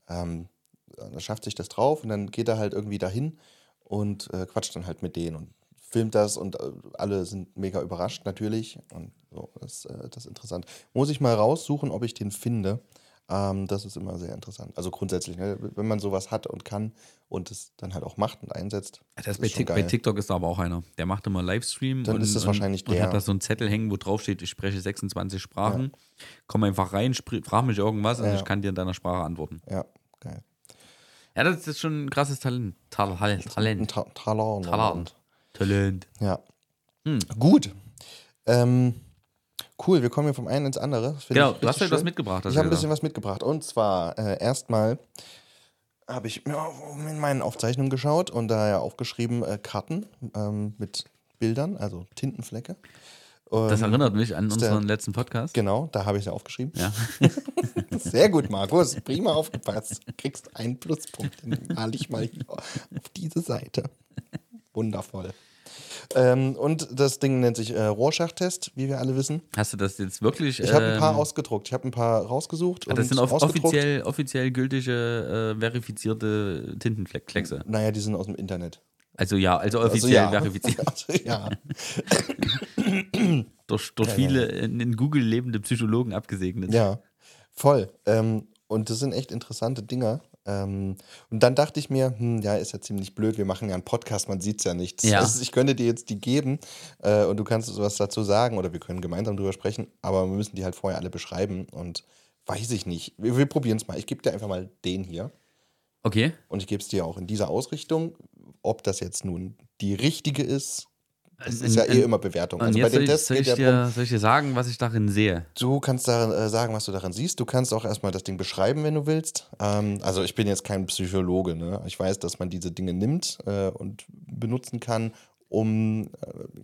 A: Ähm, da schafft sich das drauf und dann geht er halt irgendwie dahin und äh, quatscht dann halt mit denen und filmt das und äh, alle sind mega überrascht natürlich und so ist äh, das ist interessant. Muss ich mal raussuchen, ob ich den finde. Ähm, das ist immer sehr interessant. Also grundsätzlich, ne, wenn man sowas hat und kann und es dann halt auch macht und einsetzt,
B: Das
A: das
B: bei,
A: ist schon
B: Tik- bei
A: geil.
B: TikTok ist da aber auch einer. Der macht immer Livestream
A: Dann
B: und,
A: ist das
B: und,
A: wahrscheinlich
B: und
A: der.
B: hat da so einen Zettel hängen, wo drauf steht, ich spreche 26 Sprachen. Komm einfach rein, sprich, frag mich irgendwas und
A: Ja.
B: ich kann dir in deiner Sprache antworten.
A: Ja, geil.
B: Ja, das ist schon ein krasses Talent. Tal Hal-
A: Ein
B: Talent.
A: Ta Talent.
B: Talent. Talent.
A: Ja.
B: Hm.
A: Gut. Ähm, cool, wir kommen hier vom einen ins andere. Das find
B: Genau,
A: ich
B: du hast
A: richtig
B: ja was
A: schön.
B: mitgebracht. hast
A: Ich
B: du
A: habe ein bisschen
B: gesagt.
A: was mitgebracht. Und zwar äh, erstmal habe ich mir auf- in meinen Aufzeichnungen geschaut und da ja aufgeschrieben äh, Karten ähm, mit Bildern, also Tintenflecke.
B: Das
A: Ähm,
B: erinnert mich an
A: der-
B: unseren letzten Podcast.
A: Genau, da habe ich es ja aufgeschrieben.
B: Ja.
A: Sehr gut, Markus. Prima aufgepasst. Kriegst einen Pluspunkt. Den male ich mal hier auf diese Seite. Wundervoll. Ähm, und das Ding nennt sich äh, Rorschach-Test, wie wir alle wissen.
B: Hast du das jetzt wirklich?
A: Ich habe ein paar
B: ähm, Ah,
A: ausgedruckt. Ich habe ein paar rausgesucht.
B: Das sind off
A: ausgedruckt.
B: offiziell, offiziell gültige, äh, verifizierte Tintenfleckse.
A: Naja, die sind aus dem Internet.
B: Also ja, also
A: Also
B: offiziell verifiziert.
A: Also ja.
B: Durch, durch
A: Ja, ja,
B: viele in, in Google lebende Psychologen abgesegnet.
A: Ja, voll. Ähm, und das sind echt interessante Dinger. Ähm, und dann dachte ich mir, hm, ja, ist ja ziemlich blöd, wir machen ja einen Podcast, man sieht es ja nicht. Das
B: Ja.
A: heißt, ich könnte dir jetzt die geben äh, und du kannst was dazu sagen oder wir können gemeinsam drüber sprechen, aber wir müssen die halt vorher alle beschreiben und weiß ich nicht. Wir, wir probieren es mal. Ich gebe dir einfach mal den hier
B: Okay.
A: und ich gebe es dir auch in dieser Ausrichtung, ob das jetzt nun die richtige ist. Das
B: Und-
A: ist ja eh
B: und-
A: immer Bewertung.
B: Und
A: Also bei
B: jetzt
A: dem
B: soll ich,
A: Test
B: soll,
A: geht
B: ich
A: ja darum,
B: dir, soll ich dir sagen, was ich darin sehe?
A: Du kannst da äh, sagen, was du darin siehst. Du kannst auch erstmal das Ding beschreiben, wenn du willst. Ähm, also ich bin jetzt kein Psychologe. Ne? Ich weiß, dass man diese Dinge nimmt äh, und benutzen kann, um äh,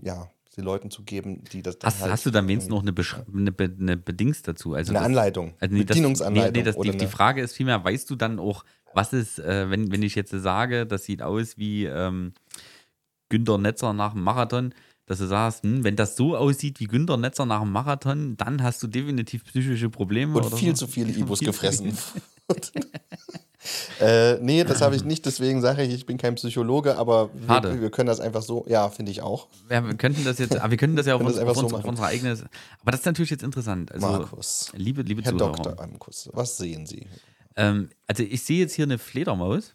A: ja, den Leuten zu geben, die das dann
B: Hast,
A: halt
B: hast du dann wenigstens noch eine, Besch eine, Be eine Bedingungs dazu? Also
A: eine
B: das-
A: Anleitung,
B: Also nee, das, nee,
A: Bedienungsanleitung.
B: nee, das,
A: oder
B: die, die
A: eine-
B: Frage ist vielmehr, weißt du dann auch, was ist, äh, wenn, wenn ich jetzt sage, das sieht aus wie ähm, Günter Netzer nach dem Marathon, dass du sagst, hm, wenn das so aussieht wie Günter Netzer nach dem Marathon, dann hast du definitiv psychische Probleme.
A: und
B: oder
A: viel
B: so.
A: zu viele
B: Viel
A: Ibus
B: zu
A: gefressen.
B: viel.
A: äh, nee, das habe ich nicht, deswegen sage ich, ich bin kein Psychologe, aber
B: Schade.
A: wir, wir können das einfach so, ja, finde ich auch.
B: Ja, wir könnten das jetzt, aber wir könnten das ja auch
A: Können
B: auf,
A: das
B: auf,
A: einfach so
B: uns, auf
A: machen.
B: unsere eigene. Aber das ist natürlich jetzt interessant. Also,
A: Markus.
B: Liebe, liebe
A: Herr
B: Zuhörer.
A: Dr. Amkus, was sehen Sie?
B: Ähm, also ich sehe jetzt hier eine Fledermaus.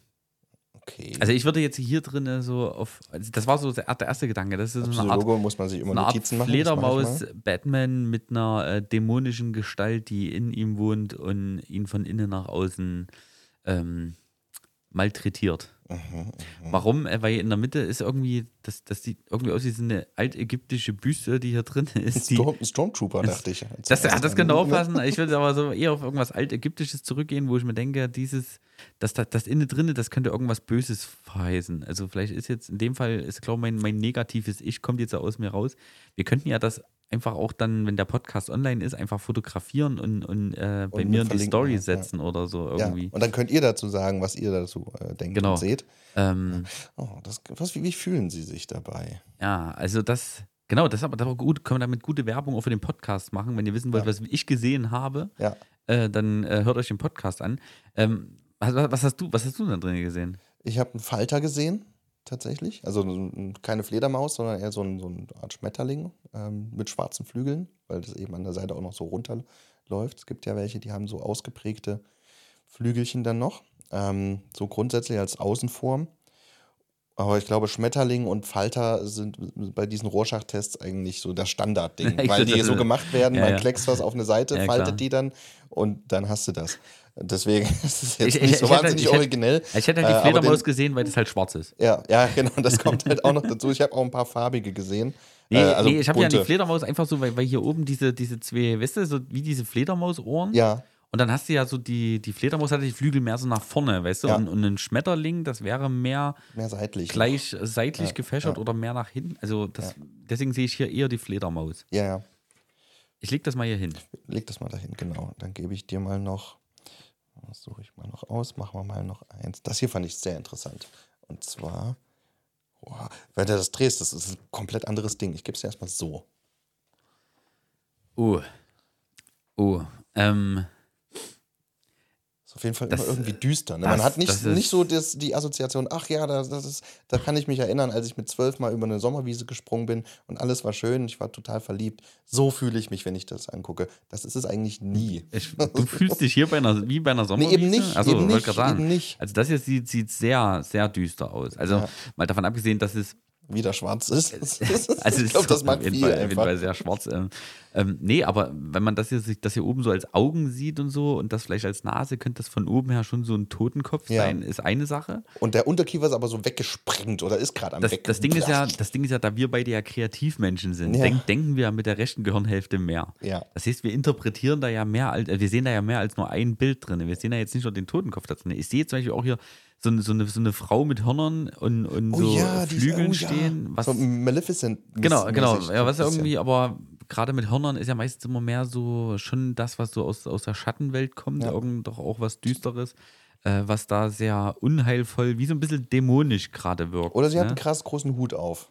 A: Okay.
B: Also ich würde jetzt hier drin so auf. Also das war so der, der erste Gedanke. Das ist so eine Art
A: Psychologe muss man sich immer
B: eine Art
A: Notizen machen. das mache ich
B: Fledermaus, Batman mit einer äh, dämonischen Gestalt, die in ihm wohnt und ihn von innen nach außen ähm, malträtiert.
A: mal. Mhm.
B: Warum? Äh, Weil in der Mitte ist irgendwie, das, das sieht irgendwie aus wie so eine altägyptische Büste, die hier drin ist. Die,
A: Storm, Stormtrooper, dachte ich.
B: das, ja,
A: zuerst.
B: das genau könnte
A: Ne?
B: aufpassen. Ich würde aber so eher auf irgendwas Altägyptisches zurückgehen, wo ich mir denke, dieses, das, das, das innen drinne, das könnte irgendwas Böses verheißen. Also vielleicht ist jetzt in dem Fall, ist glaube ich mein, mein negatives Ich kommt jetzt aus mir raus. Wir könnten ja das einfach auch dann, wenn der Podcast online ist, einfach fotografieren und, und äh, bei
A: Und
B: mir in die
A: verlinken,
B: Story
A: ja.
B: setzen oder so
A: Ja.
B: irgendwie.
A: Und dann könnt ihr dazu sagen, was ihr dazu äh, denkt
B: Genau.
A: und seht.
B: Ähm,
A: Oh, das, was, wie, wie fühlen Sie sich dabei?
B: Ja, also das, genau, das ist aber, das ist aber gut, können wir damit gute Werbung auch für den Podcast machen. Wenn ihr wissen wollt,
A: Ja.
B: was ich gesehen habe,
A: Ja.
B: äh, dann äh, hört euch den Podcast an. Ähm, was, was, was hast du, was hast du denn drin gesehen?
A: Ich habe einen Falter gesehen, tatsächlich. Also n- keine Fledermaus, sondern eher so, ein, so eine Art Schmetterling ähm, mit schwarzen Flügeln, weil das eben an der Seite auch noch so runterläuft. Es gibt ja welche, die haben so ausgeprägte Flügelchen dann noch. Ähm, so grundsätzlich als Außenform. Aber ich glaube, Schmetterling und Falter sind bei diesen Rorschach-Tests eigentlich so das Standardding,
B: Ich
A: weil
B: glaub,
A: die
B: das-
A: so gemacht werden.
B: Ja,
A: man
B: ja.
A: kleckst was auf eine Seite,
B: Ja,
A: faltet
B: klar.
A: die dann und dann hast du das. Deswegen ist es
B: Ich-
A: jetzt
B: ich-
A: nicht so
B: ich hätte- halt
A: wahnsinnig
B: ich hätte-
A: originell.
B: Ich hätte halt die
A: Äh, aber
B: Fledermaus
A: den-
B: gesehen, weil das halt schwarz ist.
A: Ja, ja, genau, das kommt halt auch noch dazu. Ich habe auch ein paar farbige gesehen.
B: Nee,
A: Äh, also
B: nee ich habe ja die
A: bunte.
B: Fledermaus einfach so, weil, weil hier oben diese, diese zwei, weißt du, so wie diese Fledermausohren.
A: Ja,
B: Und dann hast du ja so die, die Fledermaus hatte die Flügel mehr so nach vorne, weißt du?
A: Ja.
B: Und, und ein Schmetterling, das wäre mehr
A: mehr seitlich.
B: gleich äh, seitlich
A: Ja,
B: gefächert
A: ja.
B: oder mehr nach hinten. Also das, deswegen sehe ich hier eher die Fledermaus.
A: Ja, ja.
B: Ich leg das mal hier hin.
A: Leg das mal dahin, genau. Dann gebe ich dir mal noch, das suche ich mal noch aus, machen wir mal noch eins. Das hier fand ich sehr interessant. Und zwar, boah, wenn du das drehst, das ist ein komplett anderes Ding. Ich gebe es dir erstmal so. Uh.
B: Oh. Oh. Ähm,
A: Ist auf jeden Fall
B: Das-
A: immer irgendwie düster. Ne?
B: das-
A: Man hat nicht,
B: das ist-
A: nicht so das, die Assoziation, ach ja, das, das ist, da kann ich mich erinnern, als ich mit zwölf mal über eine Sommerwiese gesprungen bin und alles war schön, ich war total verliebt. So fühle ich mich, wenn ich das angucke. Das ist es eigentlich nie.
B: ich, du fühlst dich hier bei einer, wie bei einer
A: Nee,
B: Sommerwiese?
A: eben nicht.
B: Also,
A: eben
B: wollte
A: nicht,
B: gerade sagen.
A: eben nicht.
B: Also das hier sieht, sieht sehr, sehr düster aus. Also
A: Ja.
B: mal davon abgesehen, dass es,
A: Wieder schwarz ist.
B: also
A: ich glaube, das macht
B: auf jeden
A: viel
B: Fall, auf jeden
A: einfach.
B: Fall sehr schwarz. Ähm, ähm, nee, aber wenn man das hier, sich- das hier oben so als Augen sieht und so und das vielleicht als Nase, könnte das von oben her schon so ein Totenkopf
A: Ja.
B: sein, ist eine Sache.
A: Und der Unterkiefer ist aber so weggesprengt oder ist gerade am
B: Das,
A: Weg.
B: das, Ding ist ja, das Ding ist ja, da wir beide ja Kreativmenschen sind,
A: Ja.
B: denk, denken wir mit der rechten Gehirnhälfte mehr.
A: Ja.
B: Das heißt, wir interpretieren da ja mehr, als, äh, wir sehen da ja mehr als nur ein Bild drin. Wir sehen da jetzt nicht nur den Totenkopf da drin. Ich sehe zum Beispiel auch hier so, eine- so, eine, so eine Frau mit Hörnern und, und
A: Oh
B: so
A: ja, die ist-
B: Flügeln
A: oh ja.
B: stehen. Was,
A: So Maleficent.
B: genau, genau.
A: mäßig,
B: Ja, was
A: so ein bisschen.
B: irgendwie, aber gerade mit Hörnern ist ja meistens immer mehr so schon das, was so aus, aus der Schattenwelt kommt.
A: Ja.
B: Irgend doch auch was Düsteres, äh, was da sehr unheilvoll, wie so ein bisschen dämonisch gerade wirkt.
A: Oder sie hat
B: ne?
A: einen krass großen Hut auf.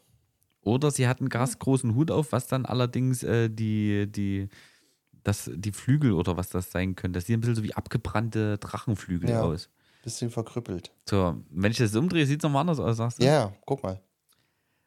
B: Oder sie hat einen ganz großen Hut auf, was dann allerdings äh, die, die, das, die Flügel oder was das sein könnte. Das sieht ein bisschen so wie abgebrannte Drachenflügel
A: Ja.
B: aus.
A: Bisschen verkrüppelt.
B: So, wenn ich das umdrehe, sieht es nochmal anders aus, sagst du?
A: Ja, ja, guck mal.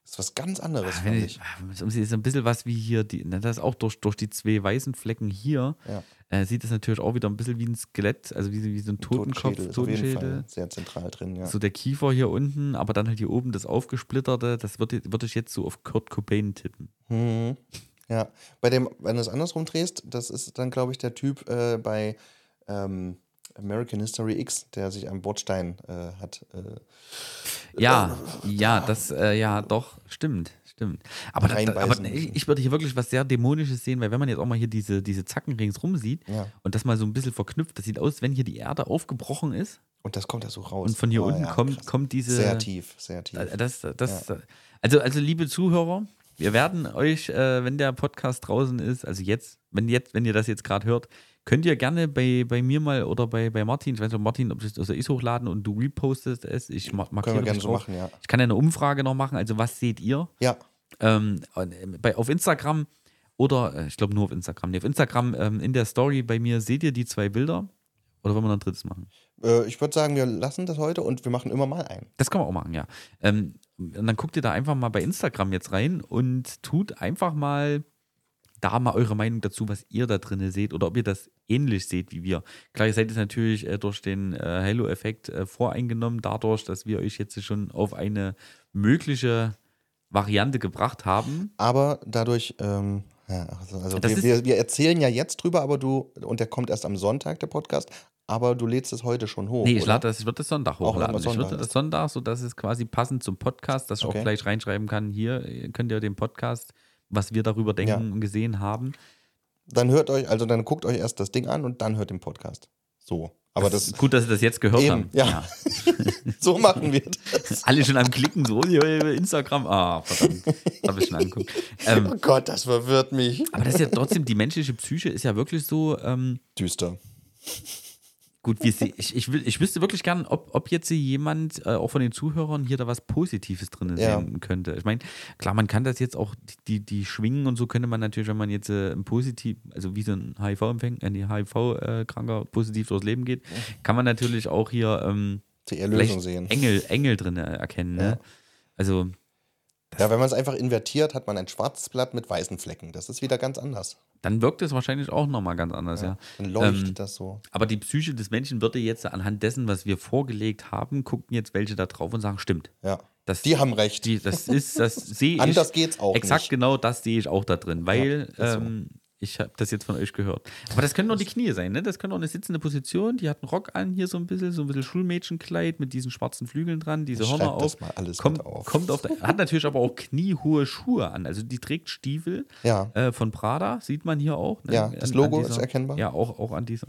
A: Das ist was ganz anderes,
B: Ah,
A: finde
B: wenn
A: ich.
B: ich, wenn ich umsehe, ist so ein bisschen was wie hier, die, na, das ist auch durch, durch die zwei weißen Flecken hier,
A: Ja.
B: äh, sieht es natürlich auch wieder ein bisschen wie ein Skelett, also wie, wie so ein Totenkopf,
A: Totenschädel
B: Totenschädel.
A: ist auf jeden Fall sehr zentral drin, ja.
B: So der Kiefer hier unten, aber dann halt hier oben das aufgesplitterte, das würde würde ich jetzt so auf Kurt Cobain tippen.
A: Mhm. Ja, bei dem, wenn du es andersrum drehst, das ist dann, glaube ich, der Typ äh, bei ähm, American History X, der sich am Bordstein äh, hat. Äh,
B: Ja, ja, das, äh, ja, doch, stimmt, stimmt. Aber, da, da, aber
A: Reinbeißen.
B: ich, ich würde hier wirklich was sehr Dämonisches sehen, weil wenn man jetzt auch mal hier diese, diese Zacken ringsrum sieht
A: ja.
B: und das mal so ein bisschen verknüpft, das sieht aus, wenn hier die Erde aufgebrochen ist
A: Und das kommt da so raus.
B: und von hier
A: Oh,
B: unten
A: ja,
B: kommt,
A: krass.
B: kommt diese.
A: Sehr tief, sehr tief.
B: Äh, Das, das, Also, also, liebe Zuhörer, Wir werden euch, äh, wenn der Podcast draußen ist, also jetzt, wenn jetzt, wenn ihr das jetzt gerade hört, könnt ihr gerne bei, bei mir mal oder bei, bei Martin, ich weiß nicht, ob Martin, ob das also ich hochladen und du repostest es. Ich ma- markiere
A: Können wir gerne
B: das
A: so
B: drauf.
A: machen, ja.
B: Ich kann ja eine Umfrage noch machen, also was seht ihr?
A: Ja,
B: ähm, bei, auf Instagram oder äh, ich glaube nur auf Instagram. Nee, auf Instagram ähm, in der Story bei mir seht ihr die zwei Bilder. Oder wollen wir noch ein drittes machen?
A: äh, ich würde sagen, wir lassen das heute und wir machen immer mal einen.
B: Das kann man auch machen, ja. Ähm, und dann guckt ihr da einfach mal bei Instagram jetzt rein und tut einfach mal da mal eure Meinung dazu, was ihr da drin seht oder ob ihr das ähnlich seht wie wir. Klar, ihr seid jetzt natürlich äh, durch den äh, Halo-Effekt äh, voreingenommen, dadurch, dass wir euch jetzt schon auf eine mögliche Variante gebracht haben.
A: Aber dadurch, ähm, ja, also, also
B: Das
A: wir,
B: ist-
A: wir, wir erzählen ja jetzt drüber, aber du, und der kommt erst am Sonntag, der Podcast, aber du lädst es heute schon hoch.
B: Nee, ich
A: Oh, oder?
B: lade das, ich würde das Sonntag
A: Auch
B: hochladen.
A: am
B: Ich würde
A: Sonntag.
B: das Sonntag, sodass es quasi passend zum Podcast, dass ich auch
A: Okay.
B: gleich reinschreiben kann, hier äh, könnt ihr den Podcast, was wir darüber denken
A: Ja.
B: und gesehen haben.
A: Dann hört euch, also dann guckt euch erst das Ding an und dann hört den Podcast. So. Aber das,
B: ist gut, dass ihr das jetzt gehört haben.
A: eben, ja. so machen wir das.
B: Alle schon am Klicken, so "Jo, jo, Instagram. Ah, verdammt. Das habe ich schon angeguckt. Ähm,
A: Oh Gott, das verwirrt mich.
B: aber das ist ja trotzdem, die menschliche Psyche ist ja wirklich so. Ähm,
A: Düster.
B: Gut, wir se- ich, ich, will- ich wüsste wirklich gern, ob, ob jetzt hier jemand, äh, auch von den Zuhörern, hier da was Positives drin
A: Ja.
B: sehen könnte. Ich meine, klar, man kann das jetzt auch, die, die Schwingen und so könnte man natürlich, wenn man jetzt äh, ein positiv, also wie so ein HIV-Empfänger, äh, nee, HIV-Kranker positiv durchs Leben geht, kann man natürlich auch hier ähm,
A: Die
B: vielleicht
A: Erlösung sehen.
B: Engel, Engel drin erkennen. Ne? Also,
A: Ja, wenn man es einfach invertiert, hat man ein schwarzes Blatt mit weißen Flecken. Das ist wieder ganz anders.
B: dann wirkt es wahrscheinlich auch nochmal ganz anders, ja.
A: Dann leuchtet
B: Ähm,
A: das so.
B: Aber die Psyche des Menschen würde jetzt anhand dessen, was wir vorgelegt haben, gucken jetzt welche da drauf und sagen, stimmt.
A: Ja.
B: Das,
A: Die haben recht.
B: Die, das ist, das sehe ich.
A: Anders geht's auch
B: Exakt
A: nicht.
B: genau das sehe ich auch da drin, weil
A: Ja, ist so.
B: ähm, ich habe das jetzt von euch gehört. Aber das können doch die Knie sein, ne? Das können doch eine sitzende Position. Die hat einen Rock an, hier so ein bisschen, so ein bisschen Schulmädchenkleid mit diesen schwarzen Flügeln dran, diese
A: Ich
B: Hörner
A: schreib
B: auf.
A: das mal alles
B: kommt,
A: mit auf.
B: Kommt auf der, hat natürlich aber auch kniehohe Schuhe an. Also die trägt Stiefel
A: Ja.
B: äh, von Prada, sieht man hier auch. Ne?
A: Ja, das Logo ist erkennbar.
B: Ja, auch, auch an dieser.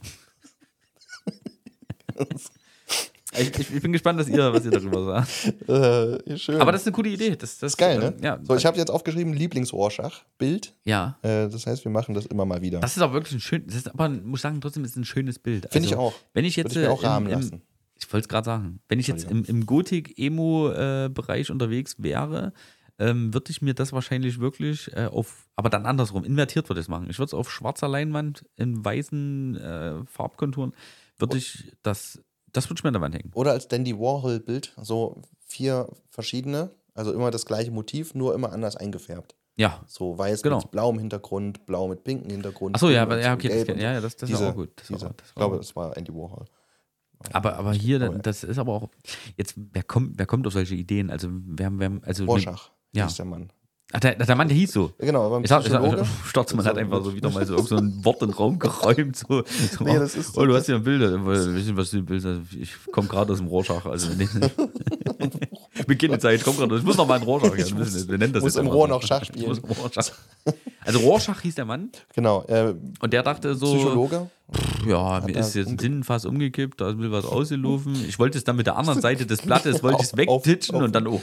B: ich, ich, ich bin gespannt, was ihr, was ihr darüber sagt.
A: Äh, schön.
B: Aber das ist eine coole Idee. Das, das
A: ist geil, ne?
B: äh, Ja,
A: So, ich habe jetzt aufgeschrieben Lieblingsohrschach-Bild.
B: ja.
A: Äh, das heißt, wir machen das immer mal wieder.
B: Das ist auch wirklich ein schönes, das ist aber, muss ich sagen, trotzdem ist es ein schönes Bild.
A: Finde ich auch.
B: Wenn ich
A: Würde
B: jetzt.
A: ich mir
B: äh,
A: auch rahmen
B: im, im,
A: lassen.
B: ich wollte es gerade sagen. Wenn ich jetzt im, im Gothic-Emo-Bereich unterwegs wäre, ähm, würde ich mir das wahrscheinlich wirklich äh, auf, aber dann andersrum, invertiert würde ich es machen. Ich würde es auf schwarzer Leinwand in weißen äh, Farbkonturen, würde ich das, das würde ich mir an der Wand hängen.
A: Oder als Dandy Warhol-Bild, so vier verschiedene, also immer das gleiche Motiv, nur immer anders eingefärbt.
B: Ja.
A: So weiß
B: Genau.
A: mit blauem Hintergrund, blau mit pinkem Hintergrund.
B: Achso, ja,
A: grün
B: aber-
A: und
B: ja,
A: so
B: okay,
A: gelb
B: das,
A: und
B: ja, ja, das, das
A: diese-
B: ist auch gut. Das war-
A: diese-
B: das
A: ich
B: war
A: glaube,
B: gut. Mhm.
A: das war Andy Warhol.
B: Aber, aber hier,
A: glaube, ja.
B: das ist aber auch, jetzt, wer kommt, wer kommt auf solche Ideen? Also, wir haben, wir haben, also,
A: Rorschach
B: Ja.
A: hieß der Mann.
B: Ach, der, der Mann, der hieß so.
A: Ja, Genau, aber ein
B: Ich sag, ich
A: Psychologe.
B: sag, Stotzmann hat einfach so wieder mal so, irgend so ein Wort in den Raum geräumt. So, so,
A: Nee, das ist so-
B: oh, du hast ja ein Bild. Wissen, was du ein Bild hast? Ich komme gerade aus dem Rorschach. Also, nee. Beginne Zeit, ich komme gerade. Ich muss noch mal ein Rorschach. Ja, wir müssen- wir nennen das
A: muss
B: jetzt
A: im
B: einfach
A: Rohr
B: so.
A: noch Schach
B: Ich
A: spielen.
B: muss im Rorschach. Also Rorschach hieß der Mann
A: Genau, äh,
B: und der dachte so,
A: Psychologe.
B: ja, mir
A: er
B: ist jetzt ein
A: umge-
B: Sinnenfass umgekippt, da ist mir was ausgelaufen. Ich wollte es dann mit der anderen Seite des Blattes, wollte ich es
A: Auf- auf-
B: wegtitschen
A: auf-
B: und dann, oh,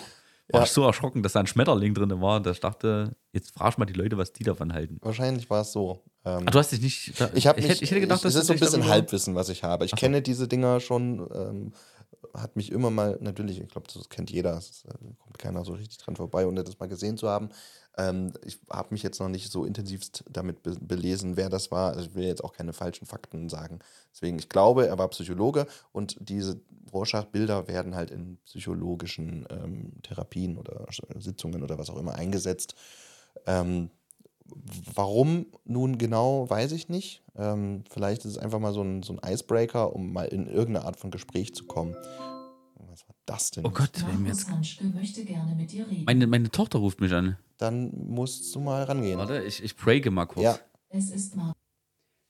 B: war
A: Ja.
B: ich so erschrocken, dass da ein Schmetterling drin war, dass ich dachte, jetzt frag ich mal die Leute, was die davon halten.
A: Wahrscheinlich war es so. Ähm,
B: Ah, du hast dich nicht. da-
A: ich, hab mich,
B: hätte, ich hätte gedacht,
A: es
B: dass
A: ist so ein
B: du dich
A: bisschen
B: darüber-
A: Halbwissen, was ich habe. Ich kenne diese Dinger schon, ähm, hat mich immer mal, natürlich, ich glaube, das kennt jeder, es ist, äh, kommt keiner so richtig dran vorbei, ohne das mal gesehen zu haben. Ähm, ich habe mich jetzt noch nicht so intensivst damit be belesen, wer das war. Also ich will jetzt auch keine falschen Fakten sagen. Deswegen, ich glaube, er war Psychologe und diese Rorschach-Bilder werden halt in psychologischen ähm, Therapien oder Sitzungen oder was auch immer eingesetzt. Ähm, Warum nun genau, weiß ich nicht. Ähm, vielleicht ist es einfach mal so ein, so ein Icebreaker, um mal in irgendeine Art von Gespräch zu kommen. Was war das denn?
B: Oh Gott, wenn mir
C: Markus
B: jetzt,
C: Hanschke möchte gerne mit dir reden.
B: meine, meine Tochter ruft mich an.
A: Dann musst du mal rangehen.
B: Warte, ich, ich breake mal kurz.
A: Ja,
C: es ist Markus.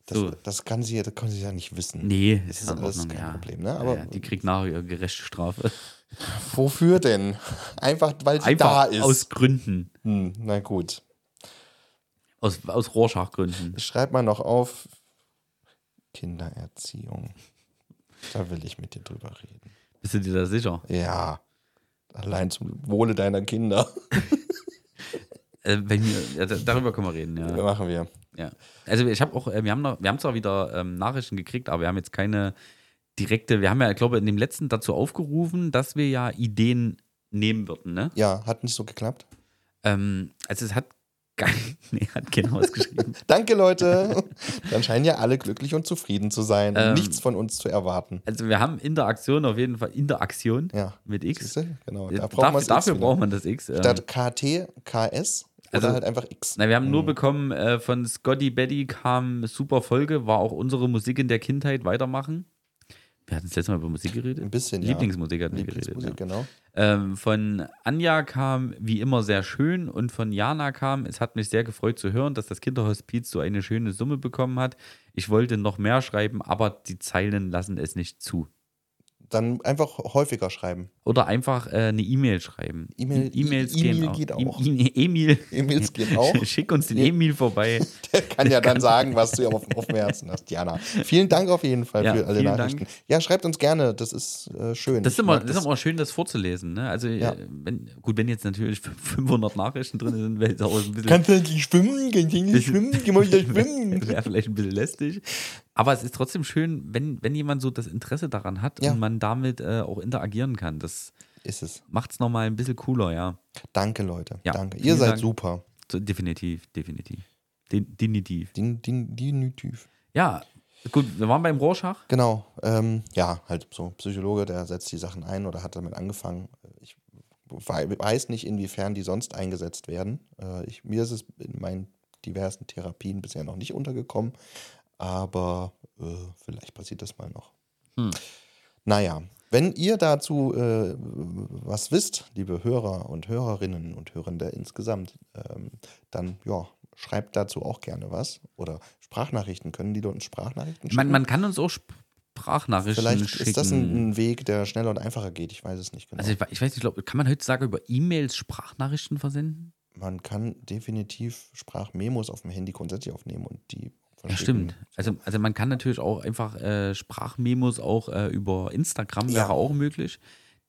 A: das,
B: So.
A: das, kann sie, das kann sie ja nicht wissen.
B: Nee, es ist
A: ist
B: in
A: alles
B: Ordnung,
A: kein
B: ja.
A: Problem, ne?
B: Ja,
A: Aber-
B: ja, die kriegt nachher ihre gerechte Strafe.
A: Wofür denn? Einfach, weil sie da
B: Einfach
A: ist.
B: aus Gründen.
A: hm, na gut.
B: Aus, aus Rorschach-Gründen.
A: Schreib mal noch auf Kindererziehung. Da will ich mit dir drüber reden.
B: Bist du dir da sicher?
A: Ja. Allein zum Wohle deiner Kinder.
B: Äh, wenn wir, ja, da- darüber können wir reden, ja.
A: Machen wir.
B: Ja. Also ich habe auch, äh, wir haben, noch, wir haben zwar wieder ähm, Nachrichten gekriegt, aber wir haben jetzt keine direkte, wir haben ja, glaube ich, in dem letzten dazu aufgerufen, dass wir ja Ideen nehmen würden, ne?
A: Ja, hat nicht so geklappt.
B: Ähm, also es hat, gar- nee, hat keiner ausgeschrieben.
A: Danke, Leute. Dann scheinen ja alle glücklich und zufrieden zu sein.
B: Ähm.
A: Nichts von uns zu erwarten.
B: Also wir haben Interaktion auf jeden Fall, Interaktion
A: Ja.
B: mit X.
A: Siehste? Genau.
B: Äh,
A: Da braucht
B: Dafür,
A: man's
B: dafür
A: X wieder.
B: braucht man das X. ähm.
A: Statt KT, KS
B: Also-
A: oder halt einfach X.
B: Na, wir haben nur bekommen, äh, von Scotty Betty kam super Folge, war auch unsere Musik in der Kindheit weitermachen. Wir hatten das letzte Mal über Musik geredet.
A: Ein bisschen, ja.
B: Lieblingsmusik hatten wir geredet.
A: Lieblingsmusik,
B: Ja.
A: genau.
B: Ähm, von Anja kam wie immer sehr schön und von Jana kam, es hat mich sehr gefreut zu hören, dass das Kinderhospiz so eine schöne Summe bekommen hat. Ich wollte noch mehr schreiben, aber die Zeilen lassen es nicht zu.
A: Dann einfach häufiger schreiben.
B: Oder einfach äh, eine E-Mail schreiben.
A: E-Mail-
B: E-Mails
A: E-Mail
B: gehen
A: geht auch.
B: E- E- Emil,
A: E-Mails geht auch.
B: schick uns den
A: Nee.
B: Emil vorbei.
A: Der kann ja dann sagen, was du ja auf, auf dem Herzen hast, Jana. Vielen Dank auf jeden Fall
B: Ja,
A: für alle
B: vielen
A: Nachrichten. Ja, schreibt uns gerne, das ist äh, schön.
B: Das ist,
A: Ich
B: immer,
A: mag
B: das ist immer schön, das vorzulesen. Ne? Also,
A: Ja.
B: äh, wenn, gut, wenn jetzt natürlich 500 Nachrichten drin sind, wäre es auch ein bisschen.
A: Kannst du nicht schwimmen? Kannst du nicht schwimmen? Geh mal wieder schwimmen.
B: Wäre vielleicht ein bisschen lästig. Aber es ist trotzdem schön, wenn, wenn jemand so das Interesse daran hat
A: Ja.
B: und man damit äh, auch interagieren kann. Das
A: Ist es.
B: macht es nochmal ein bisschen cooler, ja.
A: Danke, Leute.
B: Ja,
A: Danke. Ihr
B: vielen
A: seid
B: Dank.
A: super.
B: So, definitiv, definitiv. Den- Definitiv.
A: Din, din, dinitiv.
B: Ja, gut, wir waren beim Rorschach.
A: Genau. Ähm, ja, halt so Psychologe, der setzt die Sachen ein oder hat damit angefangen. Ich wei- weiß nicht, inwiefern die sonst eingesetzt werden. Äh, ich, mir ist es in meinen diversen Therapien bisher noch nicht untergekommen, aber äh, vielleicht passiert das mal noch.
B: Hm.
A: Naja, wenn ihr dazu äh, was wisst, liebe Hörer und Hörerinnen und Hörende insgesamt, ähm, dann ja, schreibt dazu auch gerne was. Oder Sprachnachrichten, können die dort uns Sprachnachrichten
B: Man, man kann uns auch Sprachnachrichten
A: Vielleicht
B: schicken.
A: ist das ein, ein Weg, der schneller und einfacher geht. Ich weiß es nicht genau.
B: also ich, we- ich weiß nicht, glaub, kann man heutzutage über E-Mails Sprachnachrichten versenden?
A: Man kann definitiv Sprachmemos auf dem Handy grundsätzlich aufnehmen und die
B: Ja,
A: verschicken.
B: stimmt. Also, also man kann natürlich auch einfach äh, Sprachmemos auch äh, über Instagram
A: Ja.
B: wäre auch möglich.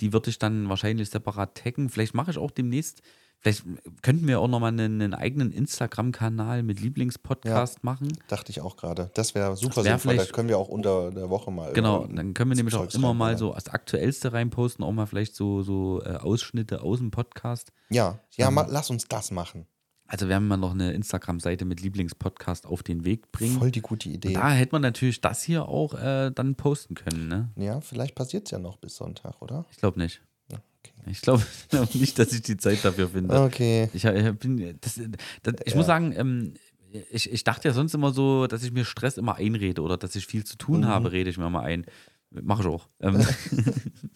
B: Die würde ich dann wahrscheinlich separat taggen. Vielleicht mache ich auch demnächst, vielleicht könnten wir auch nochmal einen, einen eigenen Instagram-Kanal mit Lieblingspodcast machen.
A: Dachte ich auch gerade. Das wäre super
B: Das wär
A: sinnvoll. Da
B: vielleicht-
A: können wir auch unter der Woche mal.
B: Genau,
A: irgendwann
B: dann können wir nämlich auch
A: Zeugs
B: immer mal
A: reinballern.
B: so das Aktuellste reinposten, auch mal vielleicht so, so äh, Ausschnitte aus dem Podcast.
A: Ja, ja
B: Ähm,
A: ma, lass uns das machen.
B: Also werden wir noch eine Instagram-Seite mit Lieblingspodcast auf den Weg bringen.
A: Voll die gute Idee.
B: Da hätte man natürlich das hier auch äh, dann posten können, ne?
A: Ja, vielleicht passiert es ja noch bis Sonntag, oder?
B: Ich glaube nicht.
A: Ja, okay.
B: Ich glaube glaub nicht, dass ich die Zeit dafür finde.
A: Okay.
B: Ich, hab- ich bin, das, das, ich muss sagen, ähm, ich, ich dachte ja sonst immer so, dass ich mir Stress immer einrede oder dass ich viel zu tun
A: Mhm.
B: habe, rede ich mir mal ein. Mache ich auch. Ähm,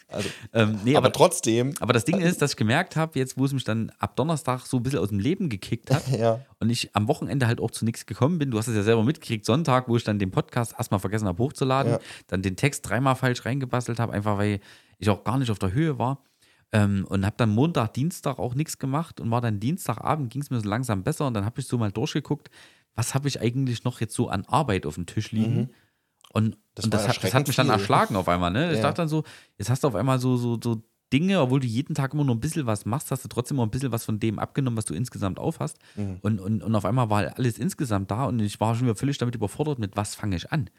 A: Also,
B: ähm, nee,
A: aber
B: aber,
A: trotzdem.
B: aber das Ding ist, dass ich gemerkt habe, jetzt wo es mich dann ab Donnerstag so ein bisschen aus dem Leben gekickt hat,
A: Ja.
B: und ich am Wochenende halt auch zu nichts gekommen bin. Du hast es ja selber mitgekriegt, Sonntag, wo ich dann den Podcast erstmal vergessen habe hochzuladen,
A: Ja.
B: dann den Text dreimal falsch reingebastelt habe, einfach weil ich auch gar nicht auf der Höhe war. Ähm, und habe dann Montag, Dienstag auch nichts gemacht und war dann Dienstagabend, ging es mir so langsam besser und dann habe ich so mal durchgeguckt, was habe ich eigentlich noch jetzt so an Arbeit auf dem Tisch liegen. Und
A: Mhm. Das
B: das, und
A: war
B: das, hat, das
A: erschreckend
B: hat mich dann
A: viel.
B: erschlagen auf einmal. Ne? Ich
A: Ja.
B: dachte dann so, jetzt hast du auf einmal so, so, so Dinge, obwohl du jeden Tag immer nur ein bisschen was machst, hast du trotzdem immer ein bisschen was von dem abgenommen, was du insgesamt auf hast. Und, und, und auf einmal war halt alles insgesamt da und ich war schon wieder völlig damit überfordert, mit was fange ich an.